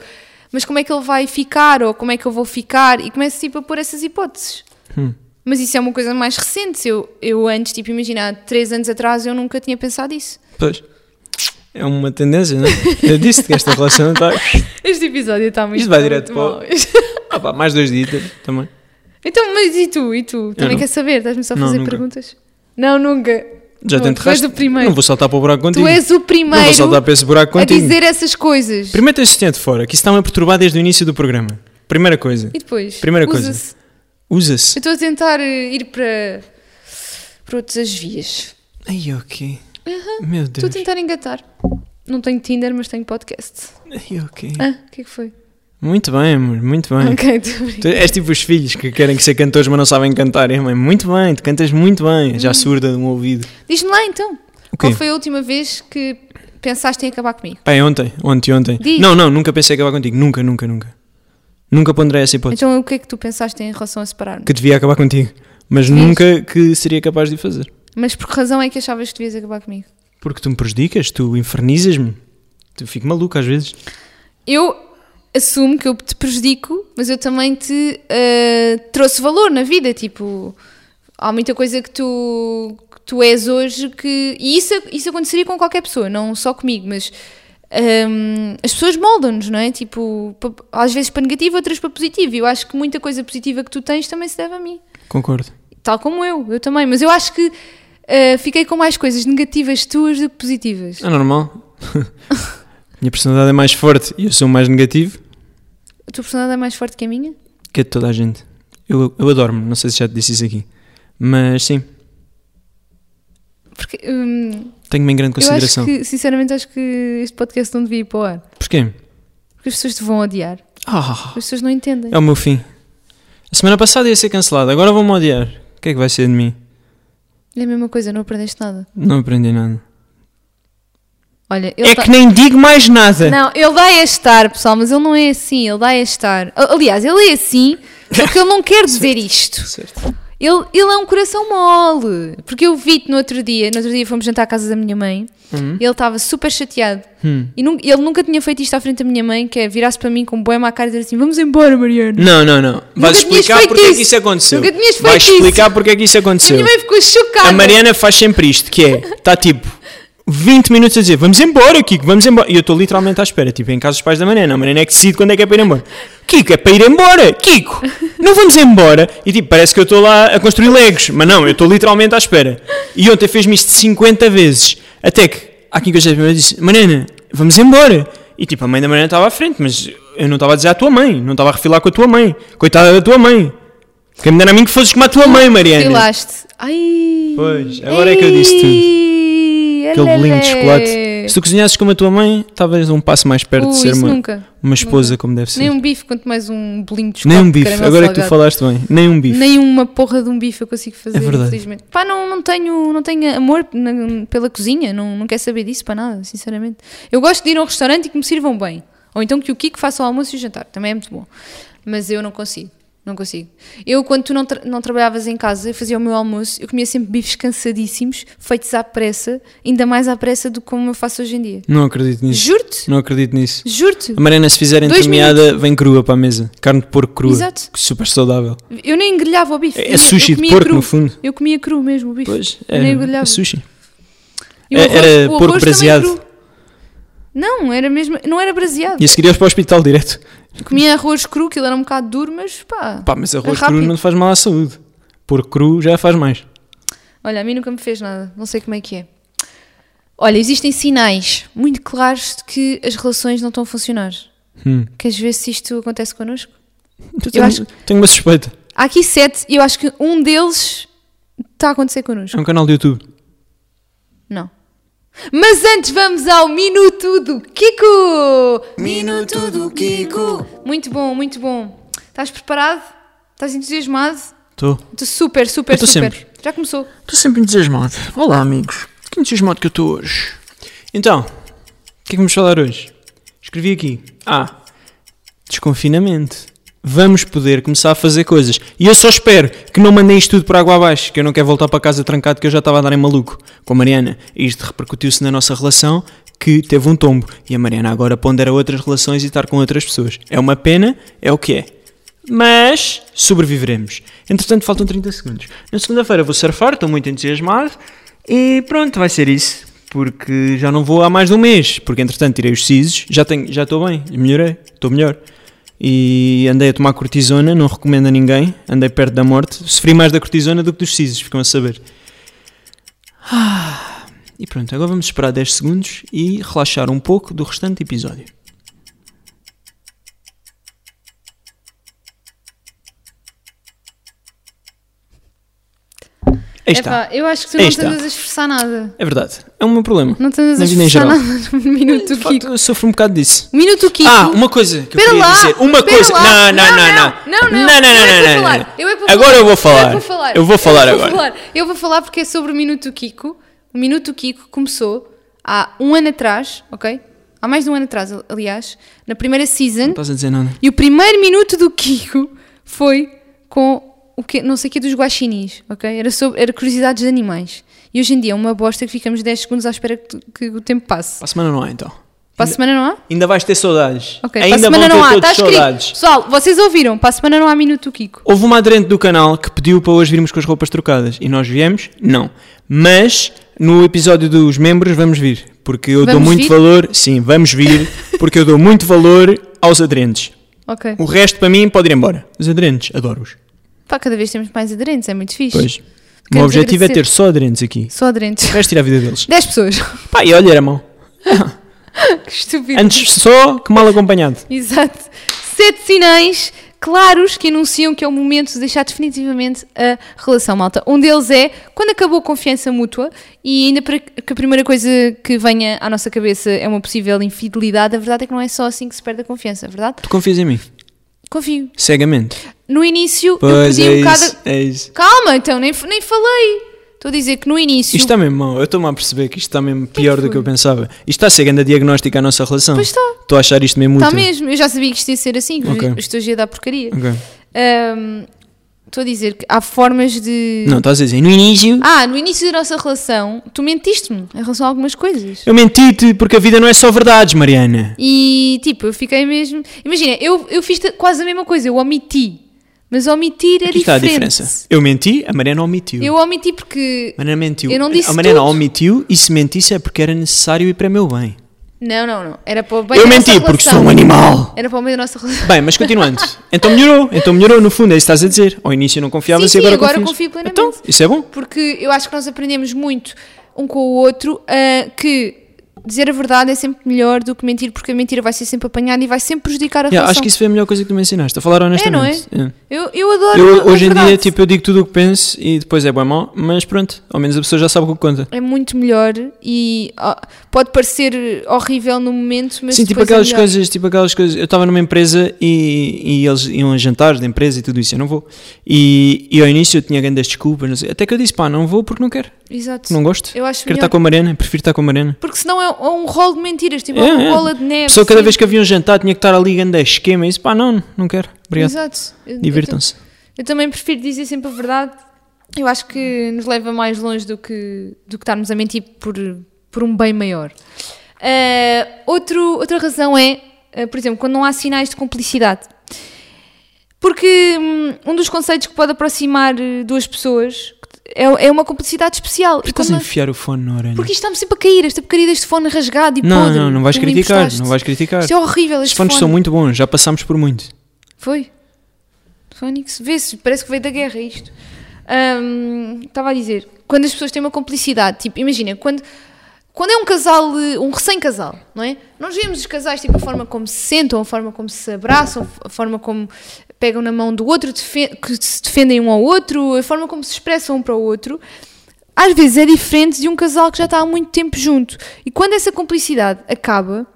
S3: mas como é que ele vai ficar ou como é que eu vou ficar? E começo, tipo, a pôr essas hipóteses.
S4: Hum.
S3: Mas isso é uma coisa mais recente. Eu, eu antes, tipo, imagina, há três anos atrás, eu nunca tinha pensado isso.
S4: Pois. É uma tendência, não é? Eu disse-te que esta relação está...
S3: Este episódio está muito
S4: Isto vai
S3: está
S4: direto
S3: muito
S4: para
S3: mau.
S4: Ah pá, mais dois dias também.
S3: Então, mas e tu? E tu? Também
S4: não.
S3: queres saber? Estás-me só a
S4: Não,
S3: fazer
S4: nunca.
S3: perguntas? Não, nunca.
S4: Já
S3: Não,
S4: te
S3: tu és
S4: enterraste.
S3: o primeiro.
S4: Não vou saltar para o buraco
S3: Tu
S4: contigo.
S3: és o primeiro
S4: Não vou saltar para esse buraco
S3: a
S4: contigo.
S3: dizer essas coisas.
S4: Primeiro tens de te de fora, que isso está-me a perturbar desde o início do programa. Primeira coisa.
S3: E depois?
S4: Primeira coisa.
S3: usa-se.
S4: Usa-se.
S3: Eu estou a tentar eh, ir para, para outras vias.
S4: Ai, ok. Meu
S3: Estou a
S4: Deus.
S3: tentar engatar. Não tenho Tinder, mas tenho podcast.
S4: Ai, ok.
S3: Ah, o que é que foi?
S4: Muito bem, amor. Muito bem.
S3: Ok, estou a brincar.
S4: Tu és tipo os filhos que querem ser cantores, mas não sabem cantar. E a mãe, muito bem, tu cantas muito bem. Já surda de um ouvido.
S3: Diz-me lá então.
S4: O
S3: Hum. Qual
S4: quê?
S3: foi a última vez que pensaste em acabar comigo?
S4: Pá, é ontem, ontem, ontem.
S3: Diz.
S4: Não, não, nunca pensei acabar contigo. Nunca, nunca, nunca. Nunca ponderei essa hipótese.
S3: Então o que é que tu pensaste em relação a separar-me?
S4: Que devia acabar contigo. Mas nunca que seria capaz de o fazer.
S3: Mas por que razão é que achavas que devias acabar comigo?
S4: Porque tu me prejudicas, tu infernizas-me. Tu fico maluco às vezes.
S3: eu assumo que eu te prejudico, mas eu também te eh, trouxe valor na vida. Tipo, há muita coisa que tu, que tu és hoje que. E isso, isso aconteceria com qualquer pessoa, não só comigo, mas. ehm, as pessoas moldam-nos, não é? Tipo, pa- às vezes para negativo, outras para positivo. E eu acho que muita coisa positiva que tu tens também se deve a mim
S4: Concordo.
S3: tal como eu, eu também. Mas eu acho que eh, fiquei com mais coisas negativas tuas do que positivas.
S4: É normal. Minha personalidade é mais forte e eu sou mais negativo
S3: A tua personalidade é mais forte que a minha?
S4: que a de toda a gente. Eu, eu adoro-me, não sei se já te disse isso aqui. Mas sim,
S3: Porque. hum,
S4: tenho-me em grande
S3: Eu
S4: consideração.
S3: acho que, sinceramente, acho que este podcast não devia ir para o ar.
S4: Porquê?
S3: Porque as pessoas te vão odiar.
S4: Ah,
S3: As pessoas não entendem.
S4: é o meu fim. A semana passada ia ser cancelado, agora vão-me odiar. O que é que vai ser de mim?
S3: É a mesma coisa, não aprendeste nada.
S4: Não aprendi nada.
S3: Olha, ele
S4: é
S3: dá-
S4: que nem digo mais nada.
S3: Não, ele dá a estar, pessoal, mas ele não é assim, ele dá a estar. A- Aliás, ele é assim, só que ele não quer dizer isto.
S4: Certo.
S3: Ele, ele é um coração mole. Porque eu vi-te no outro dia, no outro dia fomos jantar à casa da minha mãe,
S4: Hum.
S3: e ele estava super chateado. E nun- ele nunca tinha feito isto à frente da minha mãe, que é virar-se para mim com um boema à cara e dizer assim: Vamos embora, Mariana.
S4: Não, não, não. Vais
S3: tinhas
S4: explicar
S3: feito
S4: porque é
S3: isso.
S4: que isso aconteceu.
S3: Nunca tinhas feito
S4: Vais
S3: isso.
S4: explicar porque é que isso
S3: A
S4: aconteceu.
S3: minha mãe ficou chocada.
S4: A Mariana faz sempre isto, que é, está tipo 20 minutos a dizer, vamos embora, Kiko, vamos embora. E eu estou literalmente à espera, tipo, em casa dos pais da Mariana. A Mariana é que decide quando é que é para ir embora. Kiko, é para ir embora, Kiko, não vamos embora. E tipo, parece que eu estou lá a construir legos, mas não, eu estou literalmente à espera. E ontem fez-me isto 50 vezes, até que. há aqui que eu já primeiro disse, Mariana, vamos embora. E tipo, a mãe da Mariana estava à frente, mas eu não estava a dizer à tua mãe, não estava a refilar com a tua mãe. Coitada da tua mãe. Quem me dera a mim que fosses como a tua mãe, Mariana.
S3: Filaste. Ai.
S4: Pois, agora é que eu disse tudo.
S3: tudo.
S4: Aquele bolinho de chocolate. Se tu cozinhasses como a tua mãe, talvez um passo mais perto
S3: Uh,
S4: de ser
S3: isso
S4: uma,
S3: nunca.
S4: uma esposa como deve ser.
S3: Nem um bife, quanto mais um bolinho de chocolate.
S4: Nem um
S3: de
S4: bife,
S3: caramelo
S4: agora é que tu
S3: salgado.
S4: falaste bem. Nem um bife.
S3: Nem uma porra de um bife eu consigo fazer,
S4: É verdade.
S3: infelizmente. Pá, não, não, tenho, não tenho amor na- pela cozinha, não, não quero saber disso para nada, sinceramente. Eu gosto de ir a um restaurante e que me sirvam bem. Ou então que o Kiko faça o almoço e o jantar, também é muito bom. Mas eu não consigo, não consigo. Eu, quando tu não, tra- não trabalhavas em casa, eu fazia o meu almoço, eu comia sempre bifes cansadíssimos, feitos à pressa, ainda mais à pressa do que como eu faço hoje em dia.
S4: Não acredito nisso.
S3: Juro-te,
S4: Não acredito nisso.
S3: juro-te.
S4: A Mariana, se fizerem
S3: Dois
S4: entremeada, vem crua para a mesa. Carne de porco crua.
S3: Exato.
S4: Super saudável.
S3: Eu nem engrelhava o bife.
S4: É
S3: eu nem- eu
S4: sushi de
S3: comia
S4: porco,
S3: cru.
S4: no fundo.
S3: Eu comia cru mesmo o bife.
S4: Pois,
S3: Eu nem
S4: é,
S3: engrelhava.
S4: é sushi.
S3: E o
S4: É-
S3: arroz-
S4: era
S3: o arroz
S4: porco
S3: também
S4: braseado.
S3: cru. Não, era mesmo, não era braseado.
S4: E a seguir ias para o hospital direto.
S3: Comia arroz cru, aquilo era um bocado duro, mas pá.
S4: Pá, mas arroz
S3: rápido.
S4: cru não te faz mal à saúde. Porco cru já faz mais.
S3: Olha, a mim nunca me fez nada, não sei como é que é. Olha, existem sinais muito claros de que as relações não estão a funcionar.
S4: Hum.
S3: Queres ver se isto acontece connosco?
S4: Eu tenho,
S3: acho-
S4: tenho uma suspeita.
S3: Há aqui sete e eu acho que um deles está a acontecer connosco.
S4: É um canal de YouTube.
S3: Não. Mas antes vamos ao Minuto do Kiko!
S1: Minuto do Kiko.
S3: Muito bom, muito bom. Estás preparado? Estás entusiasmado?
S4: Estou.
S3: Estou super, super,
S4: Eu tô
S3: super.
S4: sempre.
S3: Já começou.
S4: Estou sempre entusiasmado. Olá, amigos. Que entusiasmado que eu estou hoje. Então, o que é que vamos falar hoje? Escrevi aqui. Ah, desconfinamento. Vamos poder começar a fazer coisas. E eu só espero que não mandem isto tudo para água abaixo, que eu não quero voltar para casa trancado, que eu já estava a dar em maluco com a Mariana. E isto repercutiu-se na nossa relação, que teve um tombo. E a Mariana agora pondera outras relações e estar com outras pessoas. É uma pena, é o que é. Mas sobreviveremos. Entretanto, faltam 30 segundos. Na segunda-feira vou surfar, estou muito entusiasmado. E pronto, vai ser isso. Porque já não vou há mais de um mês. Porque entretanto tirei os sisos, já, tenho, já estou bem, melhorei, estou melhor. E andei a tomar cortisona, não recomendo a ninguém. Andei perto da morte. Sofri mais da cortisona do que dos sisos, ficam a saber. Ah, E pronto, agora vamos esperar 10 segundos e relaxar um pouco do restante episódio. Aí está.
S3: Epá, eu acho que tu
S4: Aí
S3: não te
S4: está.
S3: andas a esforçar nada.
S4: É verdade. É um meu problema.
S3: Não te andas a
S4: Na vida em
S3: esforçar
S4: geral.
S3: nada no Minuto do
S4: De facto,
S3: Kiko.
S4: eu sofro um bocado disso.
S3: O Minuto do Kiko.
S4: Ah, uma coisa que eu
S3: Espera
S4: queria
S3: lá,
S4: dizer. Uma
S3: espera
S4: coisa.
S3: lá.
S4: Não, não, não,
S3: Não, não, não.
S4: Não, não,
S3: Eu é que vou falar. Eu é
S4: não, não, não.
S3: que vou
S4: Agora eu vou
S3: Eu
S4: falar.
S3: vou falar,
S4: Eu vou
S3: Eu é
S4: falar
S3: vou
S4: agora.
S3: falar. Eu vou falar porque é sobre o Minuto do Kiko. O Minuto do Kiko começou há um ano atrás, ok? Há mais de um ano atrás, aliás, na primeira season.
S4: Estás a dizer nada.
S3: E o primeiro minuto do Kiko foi com o que não sei o que dos guaxinins, ok? Era, sobre, era curiosidades de animais. E hoje em dia é uma bosta que ficamos 10 segundos à espera que, tu- que o tempo passe.
S4: Para a semana não há então.
S3: Para a semana não há?
S4: Ainda vais ter saudades.
S3: Ok, para a
S4: Ainda
S3: semana
S4: vão ter
S3: não há,
S4: todos
S3: está escrito.
S4: saudades.
S3: Pessoal, vocês ouviram, para a semana não há minuto do Kiko.
S4: Houve uma aderente do canal que pediu para hoje virmos com as roupas trocadas e nós viemos? Não. Mas no episódio dos membros vamos vir, porque eu dou
S3: Vamos
S4: muito
S3: vir?
S4: valor. Sim, vamos vir, porque eu dou muito valor aos aderentes.
S3: Ok.
S4: O resto para mim pode ir embora. Os aderentes, adoro-os.
S3: Pá, cada vez temos mais aderentes, é muito fixe.
S4: Pois. O meu
S3: Queremos
S4: objetivo é
S3: agradecer.
S4: ter só aderentes aqui.
S3: Só aderentes.
S4: O resto tirar a vida deles.
S3: 10 pessoas.
S4: Pá, e olha, era mau.
S3: que estúpido.
S4: Antes só que mal acompanhado.
S3: Exato. Sete sinais claros que anunciam que é o momento de deixar definitivamente a relação, malta. Um deles é quando acabou a confiança mútua e ainda para que a primeira coisa que venha à nossa cabeça é uma possível infidelidade, a verdade é que não é só assim que se perde a confiança, verdade?
S4: Tu confias em mim,
S3: Confio.
S4: cegamente.
S3: No início
S4: Pois
S3: eu
S4: é
S3: pedi um bocado...
S4: isso, é isso.
S3: Calma, então, nem, f- nem falei. Estou a dizer que no início...
S4: Isto é está mesmo mau, eu estou-me a perceber que isto está mesmo pior do que eu pensava. Isto está a ser grande diagnóstico à nossa relação.
S3: Pois está.
S4: Estou a achar isto mesmo útil.
S3: Está mesmo, eu já sabia que isto ia ser assim, que
S4: Ok.
S3: os estou a dar porcaria.
S4: Ok.
S3: Ahm, Estou a dizer que há formas de...
S4: Não, estás a dizer, no início
S3: Ah, no início da nossa relação, tu mentiste-me em relação a algumas coisas.
S4: eu menti-te porque a vida não é só verdades, Mariana.
S3: E tipo, eu fiquei mesmo. Imagina, eu, eu fiz ta- quase a mesma coisa, eu omiti. Mas omitir é
S4: Aqui
S3: diferente.
S4: está a diferença. Eu menti, a Mariana omitiu.
S3: Eu omiti porque.
S4: A Mariana mentiu.
S3: Eu não disse
S4: a Mariana
S3: tudo.
S4: omitiu e se mentisse é porque era necessário e para meu bem.
S3: Não, não, não. Era para o bem
S4: eu
S3: da nossa
S4: menti porque
S3: relação.
S4: sou um animal.
S3: Era para o bem da nossa relação.
S4: Bem, mas continuando. então melhorou, então melhorou no fundo, é isso que estás a dizer. Ao início não confiavas
S3: Sim,
S4: e
S3: sim,
S4: agora,
S3: agora
S4: confias.
S3: confio plenamente.
S4: Então, isso é bom.
S3: Porque eu acho que nós aprendemos muito um com o outro ah, que dizer a verdade é sempre melhor do que mentir, porque a mentira vai ser sempre apanhada e vai sempre prejudicar a
S4: Yeah,
S3: relação.
S4: acho que isso foi a melhor coisa que tu me ensinaste, a falar honestamente. É,
S3: Eu, eu adoro.
S4: Eu,
S3: a
S4: hoje em dia,
S3: é verdade.
S4: tipo, eu digo tudo o que penso e depois é bom mal, mas pronto, ao menos a pessoa já sabe o que conta.
S3: É muito melhor e ah, pode parecer horrível no momento, mas
S4: Sim, tipo
S3: depois é
S4: aquelas
S3: melhor.
S4: coisas, tipo aquelas coisas. Eu estava numa empresa e, e eles iam a jantares da empresa e tudo isso, eu não vou. E, e ao início eu tinha grandes desculpas, não sei. Até que eu disse, pá, não vou porque não quero,
S3: Exato.
S4: não gosto.
S3: Eu acho
S4: quero
S3: melhor.
S4: estar com a Mariana, prefiro estar com a Mariana.
S3: Porque senão é um, é um rol de mentiras, tipo, é,
S4: É,
S3: uma
S4: é.
S3: bola de neve.
S4: Só cada
S3: assim.
S4: vez que havia um jantar tinha que estar ali grande esquema e isso, pá, não, não quero. Obrigado.
S3: Exato. Então, Eu- eu
S4: Divirtam-se.
S3: tam- Eu, também prefiro dizer sempre a verdade. Eu acho que nos leva mais longe do que, do que estarmos a mentir por, por um bem maior. Ah, outro, outra razão é, ah, por exemplo, quando não há sinais de cumplicidade. Porque hum, um dos conceitos que pode aproximar eh, duas pessoas é, é uma cumplicidade especial. E
S4: Estás a
S3: quando-
S4: enfiar o fone na orelha.
S3: é Porque isto está-me sempre a cair, esta porcaria deste fone rasgado e
S4: Não,
S3: podre.
S4: não, não vais
S3: que me
S4: criticar,
S3: emprestaste.
S4: não vais criticar.
S3: Isto é horrível,
S4: Os
S3: este
S4: fones
S3: fone.
S4: são muito bons, já passámos por muito.
S3: Foi. Phonics. Vê-se, parece que veio da guerra isto. Ahm, Estava a dizer, quando as pessoas têm uma complicidade, tipo, imagina, quando, quando é um casal, eh, um recém-casal, não é? Nós vemos os casais, tipo, a forma como se sentam, a forma como se abraçam, a forma como pegam na mão do outro, defen- que se defendem um ao outro, a forma como se expressam um para o outro. Às vezes é diferente de um casal que já está há muito tempo junto. E quando essa complicidade acaba,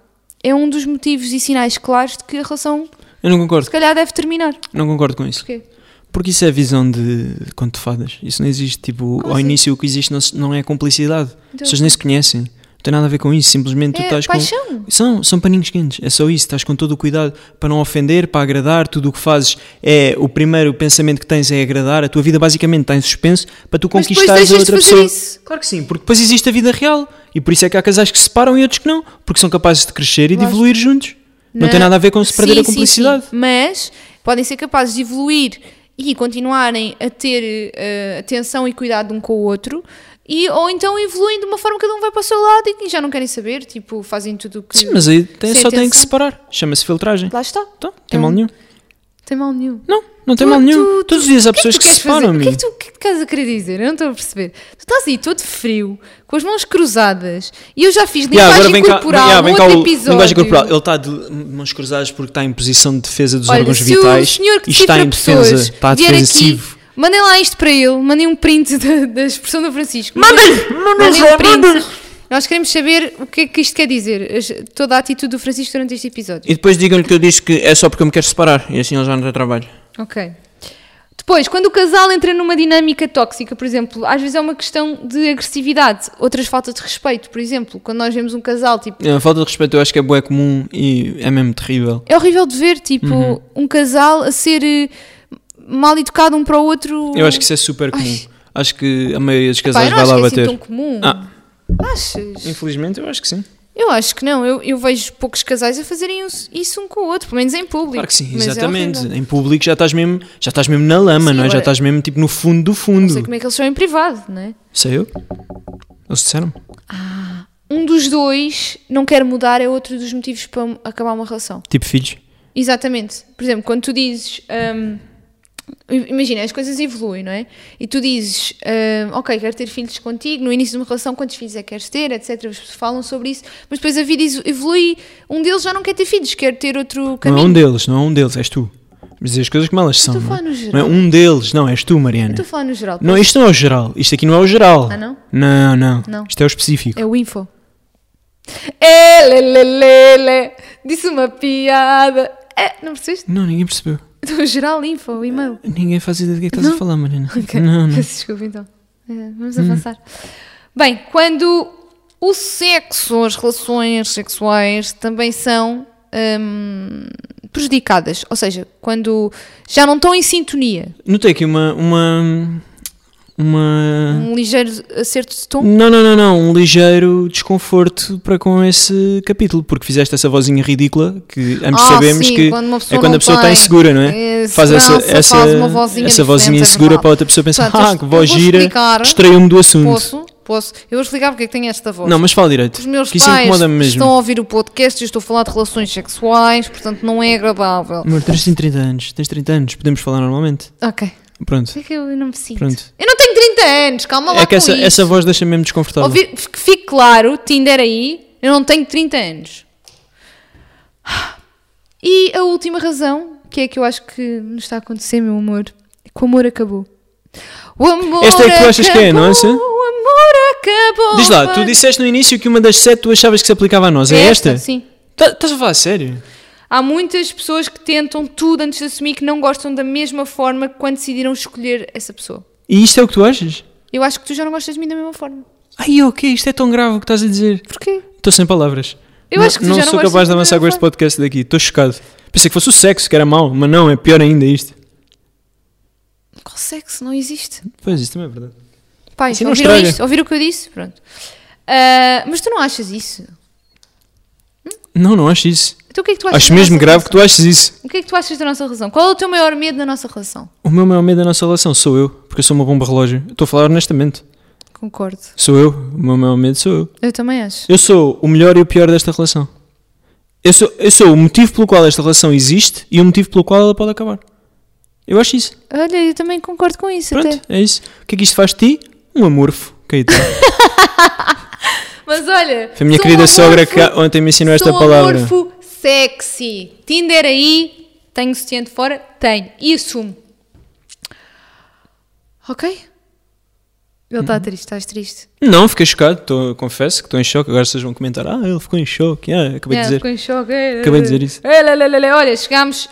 S3: é um dos motivos e sinais claros de que a relação
S4: Eu não concordo,
S3: se calhar deve terminar.
S4: não concordo com isso.
S3: Porquê?
S4: Porque isso é visão de de conto de fadas. Isso não existe. Tipo, ao
S3: assim?
S4: início o que existe não, se- não é cumplicidade. As
S3: Então-
S4: pessoas nem se conhecem. Não tem nada a ver com isso. Simplesmente tu
S3: É
S4: estás
S3: paixão.
S4: com. São, são paninhos quentes. É só isso. Estás com todo o cuidado para não ofender, para agradar. Tudo o que fazes é. O primeiro pensamento que tens é agradar. A tua vida basicamente está em suspenso para tu
S3: Mas depois
S4: conquistares a
S3: deixas de
S4: outra
S3: fazer
S4: pessoa.
S3: isso.
S4: Claro que sim, porque depois existe a vida real. E por isso é que há casais que se separam e outros que não. Porque são capazes de crescer e de
S3: Lógico.
S4: evoluir juntos. Não, tem nada a ver com se perder
S3: é? Sim,
S4: a
S3: sim,
S4: cumplicidade.
S3: sim. Mas podem ser capazes de evoluir e continuarem a ter eh, atenção e cuidado um com o outro, e, ou então evoluem de uma forma que cada um vai para o seu lado e, e já não querem saber, tipo, fazem tudo o que.
S4: Sim, mas aí tem-
S3: Sem
S4: só tem que
S3: atenção.
S4: se separar. Chama-se filtragem.
S3: Lá está.
S4: Então, tem mal nenhum.
S3: Tem mal nenhum.
S4: Não, não tem
S3: Tu-
S4: mal nenhum.
S3: tu-
S4: Todos os dias há
S3: O que é
S4: pessoas
S3: que,
S4: que,
S3: tu
S4: se
S3: queres fazer?
S4: separam,
S3: O que é que
S4: amigo.
S3: tu o que é que estás a querer dizer? Eu não estou a perceber. Tu estás aí todo frio, com as mãos cruzadas, e eu já fiz
S4: Yeah,
S3: linguagem corporal
S4: yeah,
S3: num
S4: cá
S3: outro
S4: o-
S3: episódio.
S4: linguagem corporal. Ele está de mãos cruzadas porque está em posição de defesa dos
S3: Olha,
S4: órgãos
S3: se
S4: vitais
S3: o senhor que
S4: e está
S3: cifra
S4: em
S3: pessoas
S4: defesa, está
S3: vier
S4: defensivo.
S3: aqui, mandem lá isto para ele, mandem um print da, da expressão do Francisco. um
S4: Mandem-lhe, mandem-lhe já, mandem-lhe.
S3: Nós queremos saber o que é que isto quer dizer, as- toda a atitude do Francisco durante este episódio.
S4: E depois digam-lhe que eu disse que é só porque eu me quero separar e assim ele já não tem trabalho.
S3: Ok. Depois, quando o casal entra numa dinâmica tóxica, por exemplo, às vezes é uma questão de agressividade, outras falta de respeito, por exemplo, quando nós vemos um casal, tipo,
S4: A falta de respeito eu acho que é bué comum e é mesmo terrível.
S3: é horrível de ver, tipo,
S4: Uhum.
S3: um casal a ser eh, mal educado um para o outro.
S4: Eu acho que isso é super comum. Acho que a maioria dos
S3: Pá,
S4: casais
S3: eu não
S4: vai
S3: acho
S4: lá
S3: que é assim
S4: bater.
S3: tão comum.
S4: Ah.
S3: Achas?
S4: Infelizmente eu acho que sim.
S3: Eu acho que não. Eu, eu vejo poucos casais a fazerem isso- isso um com o outro, pelo menos em público.
S4: Claro que sim,
S3: Mas é
S4: exatamente.
S3: horrível.
S4: em público já estás mesmo, já estás mesmo na lama,
S3: Sim,
S4: não é? Já
S3: agora-
S4: estás mesmo tipo no fundo do
S3: não
S4: fundo.
S3: sei como é que eles são em privado, não é?
S4: Sei eu? Eles disseram?
S3: Um dos dois não quer mudar é outro dos motivos para acabar uma relação.
S4: Tipo filhos.
S3: Exatamente. Por exemplo, quando tu dizes. hum, Imagina, as coisas evoluem, não é? E tu dizes, hum, ok, quero ter filhos contigo, no início de uma relação, quantos filhos é que queres ter, etc. Eles falam sobre isso, mas depois a vida ex- evolui. Um deles já não quer ter filhos, quer ter outro
S4: Não é um
S3: caminho.
S4: deles, não é um deles, és tu. Mas dizer as coisas como elas são.
S3: estou a
S4: não é?
S3: falar no
S4: Não é
S3: geral.
S4: um deles, não, és tu, Mariana.
S3: Estou a falar no geral.
S4: Não, isto não é o geral. Isto aqui não é o geral.
S3: Ah, não?
S4: Não, não.
S3: Não.
S4: Isto é o específico.
S3: É o info. É, Elelelele, disse uma piada. É, não percebeste?
S4: Não, ninguém percebeu.
S3: Do geral info, o e-mail.
S4: Ninguém faz ideia do que é que estás a falar, Mariana.
S3: Ok,
S4: Não, Hum. não.
S3: peço desculpa então. É, vamos avançar. Bem, quando o sexo, as relações sexuais também são hum, prejudicadas, ou seja, quando já não estão em sintonia,
S4: Notei aqui uma. Uma. uma...
S3: um ligeiro acerto de tom,
S4: Não, não, não, não. Um ligeiro desconforto para com esse capítulo, porque fizeste essa vozinha ridícula que ambos
S3: Ah,
S4: sabemos
S3: sim,
S4: que
S3: quando uma pessoa
S4: é quando
S3: não
S4: a pessoa está
S3: tem,
S4: insegura, não é?
S3: eh, segurança, faz uma vozinha
S4: essa vozinha
S3: diferente, é
S4: insegura
S3: verdade.
S4: para outra pessoa pensar,
S3: Portanto,
S4: ah,
S3: eu-
S4: que
S3: eu
S4: voz
S3: vou
S4: gira,
S3: explicar.
S4: distraiu-me do assunto.
S3: posso? Posso? Eu vou explicar porque é que tenho esta voz.
S4: Não, mas fala direito.
S3: Os meus
S4: que isso
S3: pais
S4: incomoda-me mesmo.
S3: estão a ouvir o podcast e eu estou a falar de relações sexuais, portanto não é agradável.
S4: Amor, tens 30 anos, tens 30 anos, podemos falar normalmente.
S3: Ok.
S4: Pronto.
S3: É que eu não me sinto.
S4: Pronto.
S3: Eu não tenho 30 anos, calma lá
S4: É que
S3: com
S4: essa,
S3: isso.
S4: essa voz deixa mesmo desconfortável.
S3: Ouvir, f- que fique claro, Tinder aí, Eu não tenho 30 anos. E a última razão, que é que eu acho que nos está a acontecer, meu amor, é que o amor acabou. O amor
S4: Esta é que tu achas que é, não é, Sam?
S3: acabou, O amor acabou.
S4: Diz lá, tu disseste no início que uma das sete tu achavas que se aplicava a nós. É esta?
S3: Sim.
S4: Tá- Estás a falar a sério?
S3: Há muitas pessoas que tentam tudo antes de assumir que não gostam da mesma forma que quando decidiram escolher essa pessoa.
S4: E isto é o que tu achas?
S3: Eu acho que tu já não gostas de mim da mesma forma.
S4: Ai, ok, isto é tão grave o que estás a dizer.
S3: Porquê?
S4: Estou sem palavras.
S3: Eu
S4: não,
S3: acho que tu
S4: não
S3: já não
S4: sou
S3: gostas
S4: capaz de
S3: de
S4: avançar com este podcast daqui. Estou chocado. Pensei que fosse o sexo que era mau, mas não, é pior ainda isto.
S3: Qual sexo? Não existe.
S4: Pois, isso também é verdade.
S3: Pai,
S4: Assim não
S3: ouviram
S4: estraga.
S3: isto? Ouviram o que eu disse? Pronto. Ah, mas tu não achas isso?
S4: Não, não acho isso.
S3: Então o que é que tu achas
S4: Acho
S3: da
S4: mesmo
S3: nossa
S4: grave que
S3: relação?
S4: tu achas isso.
S3: O que é que tu achas da nossa relação? Qual é o teu maior medo na nossa relação?
S4: O meu maior medo da nossa relação sou eu, porque eu sou uma bomba relógio. Estou a falar honestamente.
S3: Concordo.
S4: Sou eu. O meu maior medo sou eu.
S3: Eu também acho.
S4: Eu sou o melhor e o pior desta relação. Eu sou, eu sou o motivo pelo qual esta relação existe e o motivo pelo qual ela pode acabar. Eu acho isso.
S3: Olha, eu também concordo com isso
S4: Pronto,
S3: até.
S4: é isso. O que é que isto faz de ti? Um amorfo, Caetano.
S3: Mas olha,
S4: Foi a minha
S3: sou
S4: querida
S3: um
S4: sogra
S3: amorfo-
S4: que ontem me ensinou esta
S3: sou um
S4: palavra.
S3: amorfo sexy. Tinder aí, tenho sutiã de fora? Tenho. E assumo. Ok? Ele
S4: Uhum.
S3: está triste, estás triste.
S4: Não, fiquei chocado, tô- confesso que estou em choque. Agora vocês vão comentar: Ah, ele ficou em choque. Ah, acabei
S3: É,
S4: de dizer.
S3: ficou em choque. É,
S4: Acabei
S3: é,
S4: de dizer isso.
S3: é, lá, lá, lá, lá. Olha, chegámos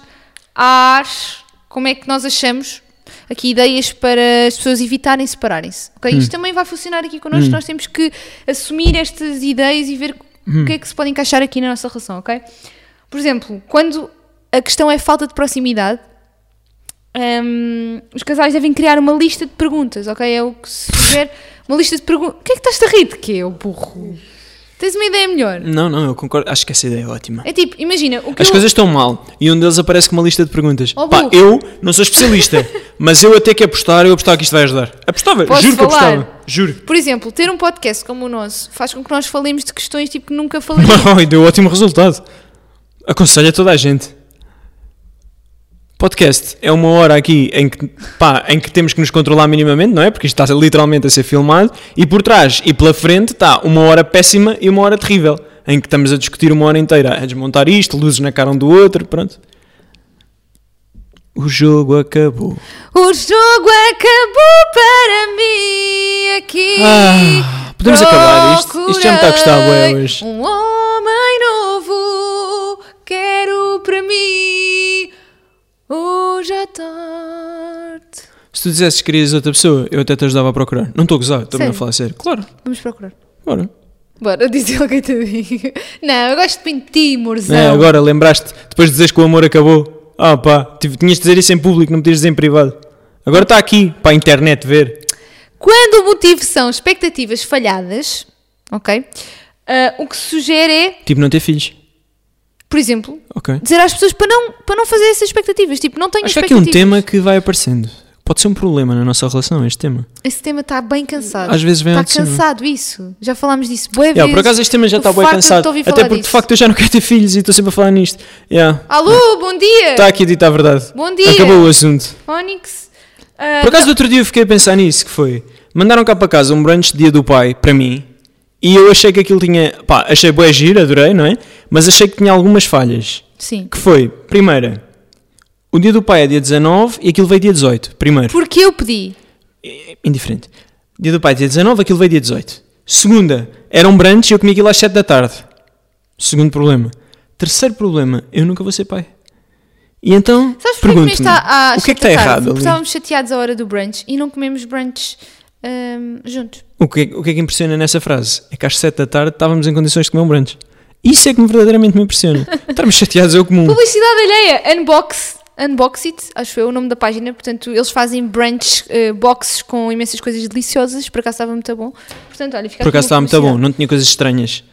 S3: às. Como é que nós achamos? Aqui ideias para as pessoas evitarem separarem-se. ok?
S4: Hum.
S3: Isto também vai funcionar aqui connosco. Nós temos que assumir estas ideias e ver
S4: Hum.
S3: o que é que se pode encaixar aqui na nossa relação, ok? Por exemplo, quando a questão é falta de proximidade, hum, os casais devem criar uma lista de perguntas, ok? É o que se sugere. Uma lista de perguntas. O que é que estás a rir de quê, ô burro? Tens uma ideia melhor?
S4: Não, não, eu concordo. Acho que essa ideia é ótima.
S3: É tipo, imagina, o que
S4: As
S3: eu-
S4: coisas estão mal e um deles aparece com uma lista de perguntas.
S3: Ó,
S4: Pá,
S3: burro.
S4: eu não sou especialista, mas eu até que apostar, eu apostava que isto vai ajudar. Apostava,
S3: Posso
S4: juro que
S3: falar?
S4: apostava. Juro.
S3: Por exemplo, ter um podcast como o nosso faz com que nós falemos de questões tipo que nunca falaríamos.
S4: e deu ótimo resultado. Aconselho a toda a gente. Podcast é uma hora aqui em que, pá, em que temos que nos controlar minimamente, não é? Porque isto está literalmente a ser filmado e por trás e pela frente está uma hora péssima e uma hora terrível em que estamos a discutir uma hora inteira, a desmontar isto, luzes na cara um do outro, pronto. O jogo acabou.
S3: O jogo acabou para mim aqui.
S4: Ah, podemos acabar isto? Isto já me está a gostar bué
S3: Procurei
S4: hoje.
S3: Um homem novo quero para mim hoje à tarde.
S4: Se tu dissesses que querias outra pessoa, eu até te ajudava a procurar. Não estou a gozar, estou mesmo a
S3: Sério?
S4: falar sério. Claro,
S3: Vamos procurar.
S4: bora.
S3: Bora, diz alguém te diga. Não, eu gosto bem de ti, morzão.
S4: É, agora lembraste, depois de dizeres que o amor acabou. Ah pá, tive- tinhas de dizer isso em público, não podias dizer em privado. Agora está aqui, para a internet ver.
S3: Quando o motivo são expectativas falhadas, ok? Ah, o que se sugere é,
S4: Tipo, não ter filhos.
S3: por exemplo,
S4: Ok.
S3: dizer às pessoas para não, para não fazer essas expectativas. Tipo, não tenho
S4: Acho que há aqui um
S3: expectativas.
S4: tema que vai aparecendo. Pode ser um problema na nossa relação, este tema.
S3: Esse tema está bem cansado.
S4: Às vezes vem ao de
S3: Está
S4: cima.
S3: cansado isso. Já falámos disso. Boa
S4: Yeah, por acaso este tema já está bem cansado. Até porque de facto tá eu já não quero ter filhos e estou sempre a falar nisto. Yeah.
S3: Alô, bom dia!
S4: Está aqui dita a verdade.
S3: Ah, Bom dia.
S4: Acabou o assunto.
S3: Onyx. Ah,
S4: Por acaso, do outro dia eu fiquei a pensar nisso, que foi... Mandaram cá para casa um brunch de dia do pai, para mim, e eu achei que aquilo tinha... Pá, achei boa giro, adorei, não é? Mas achei que tinha algumas falhas.
S3: Ah, Sim.
S4: Que foi, primeira... O dia do pai é dia 19 e aquilo veio dia 18, primeiro.
S3: Porque eu pedi.
S4: Indiferente. Dia do pai é dia 19, aquilo veio dia 18. Segunda, era um brunch e eu comi aquilo às 7 da tarde. Segundo problema. Terceiro problema, eu nunca vou ser pai. E então,
S3: Sabes porquê que
S4: pergunto-me,
S3: está
S4: o que é que está errado
S3: Porque
S4: ali?
S3: estávamos chateados à hora do brunch e não comemos brunch ahm, juntos.
S4: O que, é- o que é que impressiona nessa frase? É que às 7 da tarde estávamos em condições de comer um brunch. Isso é que me verdadeiramente me impressiona. Estarmos chateados é o comum.
S3: Publicidade alheia, unbox, unbox it, acho eu o nome da página, portanto eles fazem brunch eh, boxes com imensas coisas deliciosas, por acaso estava muito bom. Portanto, olha, fica
S4: Por
S3: aqui
S4: acaso
S3: uma
S4: estava muito
S3: publicidade.
S4: bom, não é? tinha coisas estranhas.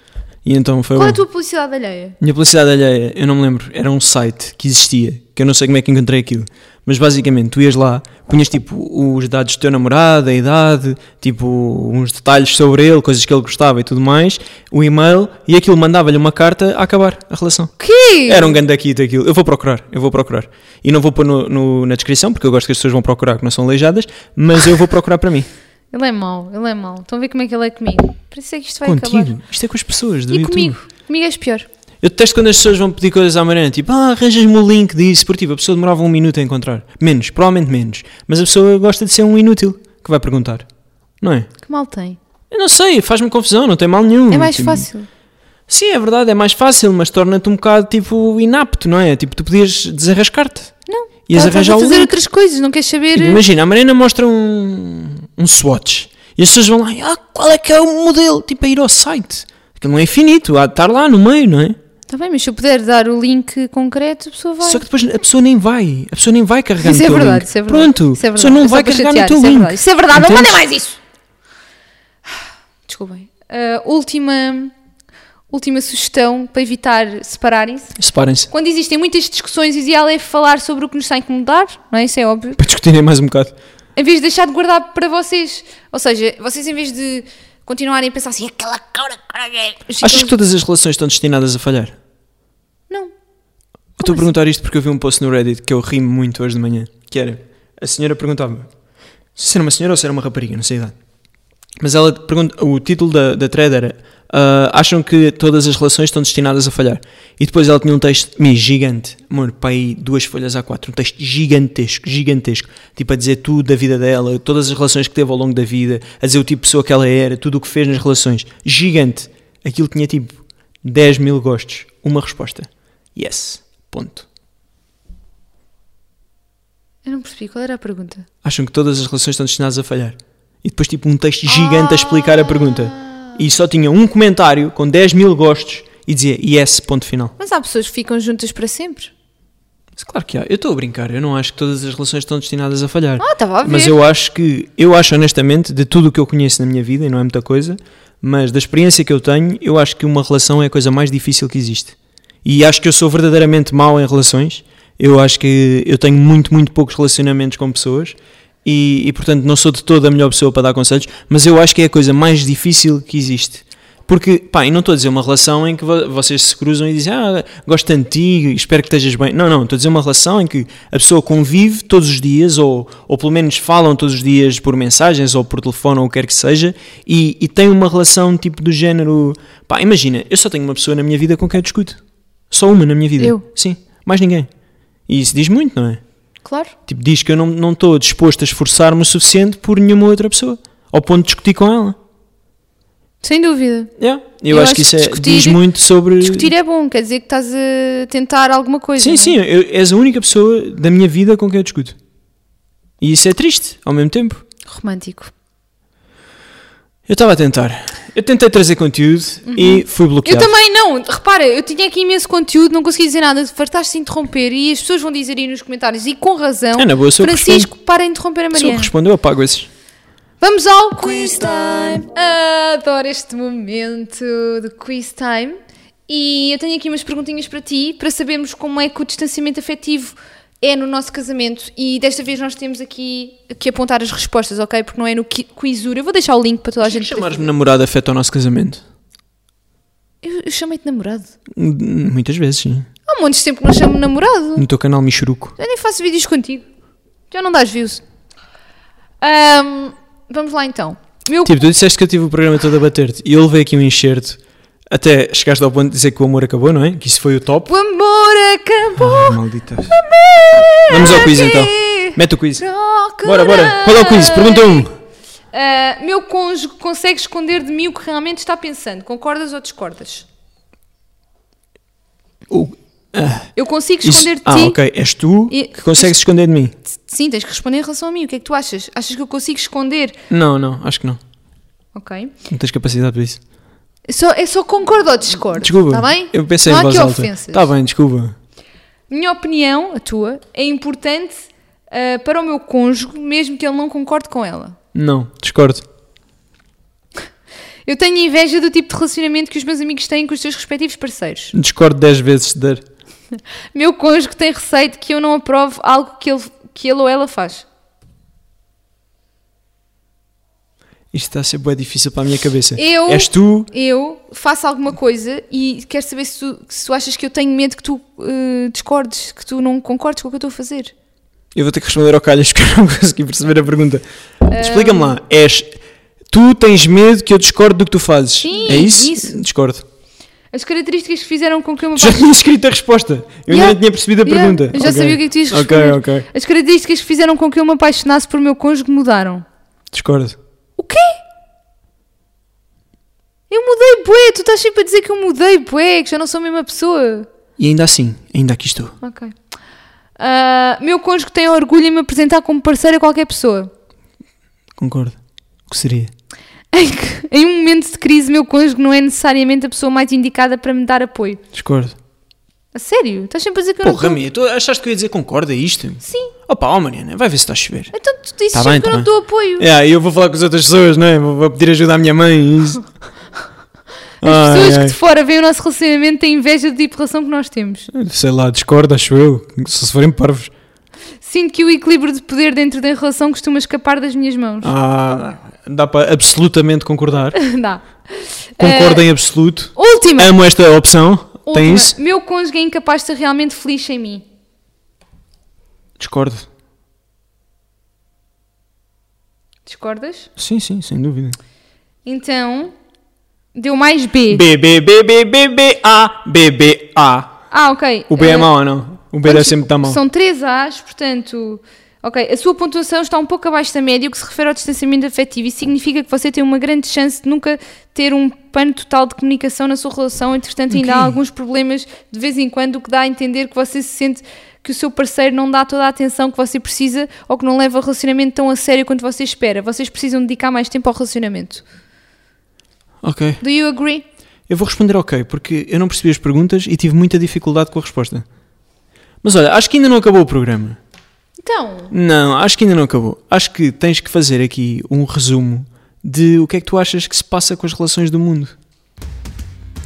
S4: E então foi
S3: Qual é a
S4: bom.
S3: tua publicidade alheia?
S4: Minha publicidade alheia, eu não me lembro, era um site que existia, que eu não sei como é que encontrei aquilo, mas basicamente tu ias lá, punhas tipo os dados do teu namorado, a idade, tipo uns detalhes sobre ele, coisas que ele gostava e tudo mais, o e-mail, e aquilo mandava-lhe uma carta a acabar a relação.
S3: Que?
S4: Era um ganda kit aquilo. Eu vou procurar, eu vou procurar. E não vou pôr no- no- na descrição, porque eu gosto que as pessoas vão procurar que não são aleijadas, mas eu vou procurar para mim.
S3: Ele é mau, ele é mau. Estão a ver como é que ele é comigo. Por isso é que isto vai acabar.
S4: Contigo? Isto é com as pessoas do
S3: E
S4: YouTube.
S3: comigo? Comigo és pior.
S4: Eu detesto quando as pessoas vão pedir coisas à manhã, tipo, ah, arranjas-me o link disso, porque tipo, a pessoa demorava um minuto a encontrar. Menos, provavelmente menos. Mas a pessoa gosta de ser um inútil que vai perguntar. Não é?
S3: Que mal tem?
S4: Eu não sei, faz-me confusão, não tem mal nenhum.
S3: É mais
S4: Tipo,
S3: fácil.
S4: Sim, é verdade, é mais fácil, mas torna-te um bocado tipo inapto, não é? Tipo, tu podias desarrascar-te.
S3: Não. Estás
S4: Ias
S3: a
S4: arranjar o
S3: fazer
S4: link.
S3: outras coisas, não queres saber.
S4: Tipo, imagina, a Marina mostra um, um swatch e as pessoas vão lá, ah, qual é que é o modelo? Tipo, a ir ao site. Aquilo não é infinito, há de estar lá no meio, não é?
S3: Está Tá bem, mas se eu puder dar o link concreto, a pessoa vai.
S4: Só que depois a pessoa nem vai, a pessoa nem vai carregar
S3: Isso
S4: no
S3: é
S4: teu
S3: verdade,
S4: link.
S3: isso é verdade. isso
S4: Pronto,
S3: é
S4: a
S3: verdade.
S4: pessoa
S3: É
S4: não
S3: só
S4: vai
S3: para
S4: carregar
S3: chatear,
S4: no teu
S3: isso É
S4: link.
S3: verdade, isso é verdade, não
S4: Entendes?
S3: mandem mais isso. Desculpem. Ah, última, ah, última sugestão para evitar separarem-se.
S4: Separem-se,
S3: Quando existem muitas discussões, o ideal é falar sobre o que nos está a incomodar, não é? Isso é óbvio.
S4: para discutirem mais um bocado.
S3: Em vez de deixar de guardar para vocês. Ou seja, vocês em vez de continuarem a pensar assim, aquela cara, é-" caralho.
S4: Achas que todas as relações estão destinadas a falhar?
S3: Não.
S4: Eu
S3: assim?
S4: estou a perguntar isto porque eu vi um post no Reddit que eu rimo muito hoje de manhã. Que era, a senhora perguntava-me se era uma senhora ou se era uma rapariga, não sei a idade. Mas ela pergunta, o título da, da thread era "Ah, Acham que todas as relações estão destinadas a falhar? E depois ela tinha um texto mi, gigante, amor, para aí duas folhas A4, um texto gigantesco, gigantesco, tipo a dizer tudo da vida dela, todas as relações que teve ao longo da vida, a dizer o tipo de pessoa que ela era, tudo o que fez nas relações, gigante. Aquilo tinha tipo 10 mil gostos, uma resposta: Yes. Ponto.
S3: Eu não percebi qual era a pergunta.
S4: acham que todas as relações estão destinadas a falhar. E depois, tipo, um texto gigante a explicar a pergunta. E só tinha um comentário com 10 mil gostos e dizia yes, ponto final.
S3: Mas há pessoas que ficam juntas para sempre.
S4: Mas claro que há. Eu estou a brincar. Eu não acho que todas as relações estão destinadas a falhar.
S3: Ah, estava a ver.
S4: Mas eu acho que, eu acho honestamente, de tudo o que eu conheço na minha vida, e não é muita coisa, mas da experiência que eu tenho, eu acho que uma relação é a coisa mais difícil que existe. E acho que eu sou verdadeiramente mau em relações. Eu acho que eu tenho muito, muito poucos relacionamentos com pessoas e, e, portanto, não sou de toda a melhor pessoa para dar conselhos, mas eu acho que é a coisa mais difícil que existe. Porque, pá, e não estou a dizer uma relação em que vo- vocês se cruzam e dizem, ah, gosto tanto de ti, espero que estejas bem. Não, não, estou a dizer uma relação em que a pessoa convive todos os dias, ou, ou pelo menos falam todos os dias por mensagens, ou por telefone, ou o que quer que seja, e, e tem uma relação tipo do género. Pá, imagina, eu só tenho uma pessoa na minha vida com quem eu discuto. Só uma na minha vida.
S3: Eu?
S4: Sim, mais ninguém. E isso diz muito, não é?
S3: Claro.
S4: Tipo, diz que eu não- não estou disposto a esforçar-me o suficiente por nenhuma outra pessoa, ao ponto de discutir com ela.
S3: Sem dúvida.
S4: Yeah. Eu, acho, que isso é-
S3: discutir-
S4: diz muito sobre.
S3: Discutir é bom, quer dizer que estás a tentar alguma coisa. não
S4: Sim,
S3: é?
S4: sim, eu, és a única pessoa da minha vida com quem eu discuto. E isso é triste, ao mesmo tempo.
S3: Romântico.
S4: Eu estava a tentar. Eu tentei trazer conteúdo e fui
S3: Uhum. Eu
S4: bloqueado.
S3: também não, repara, eu tinha aqui imenso conteúdo, não consegui dizer nada, fartaste de interromper e as pessoas vão dizer aí nos comentários e com razão.
S4: É, na boa, se eu
S3: Francisco, para de interromper a
S4: Se eu
S3: Mariana.
S4: respondo, eu apago esses.
S3: Vamos ao Quiz Time! Adoro este momento de Quiz Time e eu tenho aqui umas perguntinhas para ti para sabermos como é que o distanciamento afetivo é no nosso casamento e desta vez nós temos aqui que apontar as respostas, ok? Porque não é no qui- Quizura. Eu vou deixar o link para toda a gente.
S4: Chamar-me namorado afeta o nosso casamento.
S3: Eu, eu chamei-te namorado.
S4: Hum, Muitas vezes, sim.
S3: Há um monte de tempo que não chamo namorado.
S4: No teu canal Michuruco.
S3: Eu nem faço vídeos contigo. Já não dás views. Ahm, vamos lá então. Meu
S4: Tipo, tu disseste que eu tive o programa todo a bater-te e eu levei aqui um enxerto. Até chegaste ao ponto de dizer que o amor acabou, não é? Que isso foi o top.
S3: o amor acabou.
S4: Ah, maldita. Vamos ao quiz então. Mete o quiz. Bora, bora. Qual é o quiz? Pergunta 1. Um.
S3: Ah, meu cônjuge consegue esconder de mim o que realmente está pensando. Concordas ou discordas?
S4: O- ah,
S3: Eu consigo
S4: isso-
S3: esconder de
S4: ah,
S3: ti.
S4: ok. És tu
S3: E-
S4: que consegues esconder de mim.
S3: Sim, tens que responder em relação a mim. O que é que tu achas? Achas que eu consigo esconder?
S4: Não, não, acho que não.
S3: Ok.
S4: Não tens capacidade para isso.
S3: Só, é só concordo ou discordo.
S4: Desculpa.
S3: Está Tá bem?
S4: Eu pensei
S3: Não
S4: em
S3: há
S4: voz
S3: aqui
S4: alta.
S3: ofensas.
S4: Está bem, desculpa.
S3: Minha opinião, a tua, é importante ah, para o meu cônjuge, mesmo que ele não concorde com ela.
S4: Não, discordo.
S3: Eu tenho inveja do tipo de relacionamento que os meus amigos têm com os seus respectivos parceiros.
S4: Discordo 10 vezes se der.
S3: Meu cônjuge tem receio de que eu não aprove algo que ele, que ele ou ela faz.
S4: Isto está a ser bem difícil para a minha cabeça.
S3: Eu-
S4: És tu.
S3: Eu faço alguma coisa e quero saber se tu, se tu achas que eu tenho medo que tu ah, discordes, que tu não concordes com o que eu estou a fazer. Eh,
S4: Eu vou ter que responder ao calhas porque eu não consegui perceber a pergunta. Explica-me lá. És Tu tens medo que eu discordo do que tu fazes.
S3: Sim,
S4: é isso?
S3: isso.
S4: Discordo.
S3: As características que fizeram com que eu me
S4: Tu já tinha escrito a resposta. Eu
S3: Yeah,
S4: ainda nem tinha percebido a
S3: Yeah,
S4: pergunta.
S3: Eu já
S4: Ok.
S3: sabia o que é que tu ias
S4: Ok,
S3: responder.
S4: ok.
S3: As características que fizeram com que eu me apaixonasse por meu cônjuge mudaram.
S4: Discordo.
S3: O quê? Eu mudei, bué. Tu estás sempre a dizer que eu mudei, bué, que já não sou a mesma pessoa.
S4: E ainda assim, ainda aqui estou.
S3: Ok. Ah, meu cônjuge tem orgulho em me apresentar como parceiro a qualquer pessoa.
S4: Concordo. O que seria?
S3: Em, que- em um momento de crise, meu cônjuge não é necessariamente a pessoa mais indicada para me dar apoio.
S4: Discordo.
S3: A sério? Estás sempre a dizer que eu
S4: Porra,
S3: não dou...
S4: minha, tu achaste que eu ia dizer concorda a isto?
S3: Sim.
S4: Opa, ó Mariana, vai ver se está a chover.
S3: Então tu dizes
S4: Tá
S3: sempre
S4: bem,
S3: que eu
S4: tá
S3: não
S4: bem.
S3: dou apoio.
S4: É, e eu vou falar com as outras pessoas, não é? Vou, vou pedir ajuda à minha mãe. e Isso.
S3: As
S4: Ai,
S3: pessoas
S4: ai.
S3: que de fora veem o nosso relacionamento têm inveja do tipo de relação que nós temos.
S4: Sei lá, discordo, acho eu. Só se forem parvos.
S3: Sinto que o equilíbrio de poder dentro da relação costuma escapar das minhas mãos.
S4: Ah, dá para absolutamente concordar.
S3: Dá.
S4: Concordo em absoluto.
S3: Última!
S4: Amo esta opção.
S3: última.
S4: Tens?
S3: Meu cônjuge é incapaz de ser realmente feliz sem mim.
S4: Discordo.
S3: Discordas?
S4: Sim, sim, sem dúvida.
S3: Então, deu mais B.
S4: B, B, B, B, B, B, A, B, B, A.
S3: Ah, ok.
S4: O B é
S3: Eh,
S4: mau ou não? O B deve
S3: Quantos-
S4: sempre estar mau.
S3: São três A's, portanto. Ok, a sua pontuação está um pouco abaixo da média, o que se refere ao distanciamento afetivo e significa que você tem uma grande chance de nunca ter um pano total de comunicação na sua relação. Entretanto, ainda há alguns problemas de vez em quando, o que dá a entender que você se sente que o seu parceiro não dá toda a atenção que você precisa ou que não leva o relacionamento tão a sério quanto você espera. Vocês precisam dedicar mais tempo ao relacionamento.
S4: Ok.
S3: Do you agree?
S4: Eu vou responder ok, porque eu não percebi as perguntas e tive muita dificuldade com a resposta. Mas olha, acho que ainda não acabou o programa.
S3: Então,
S4: Não, acho que ainda não acabou. Acho que tens que fazer aqui um resumo de o que é que tu achas que se passa com as relações do mundo.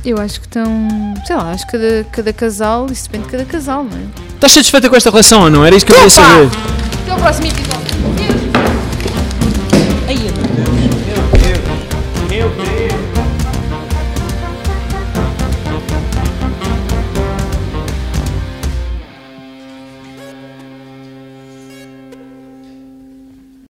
S3: eu acho que estão. Sei lá, acho que cada, cada casal, isso depende de cada casal, não é?
S4: Estás satisfeita com esta relação ou não? Era isso que eu queria
S3: Opa!
S4: saber.
S3: Até o próximo episódio.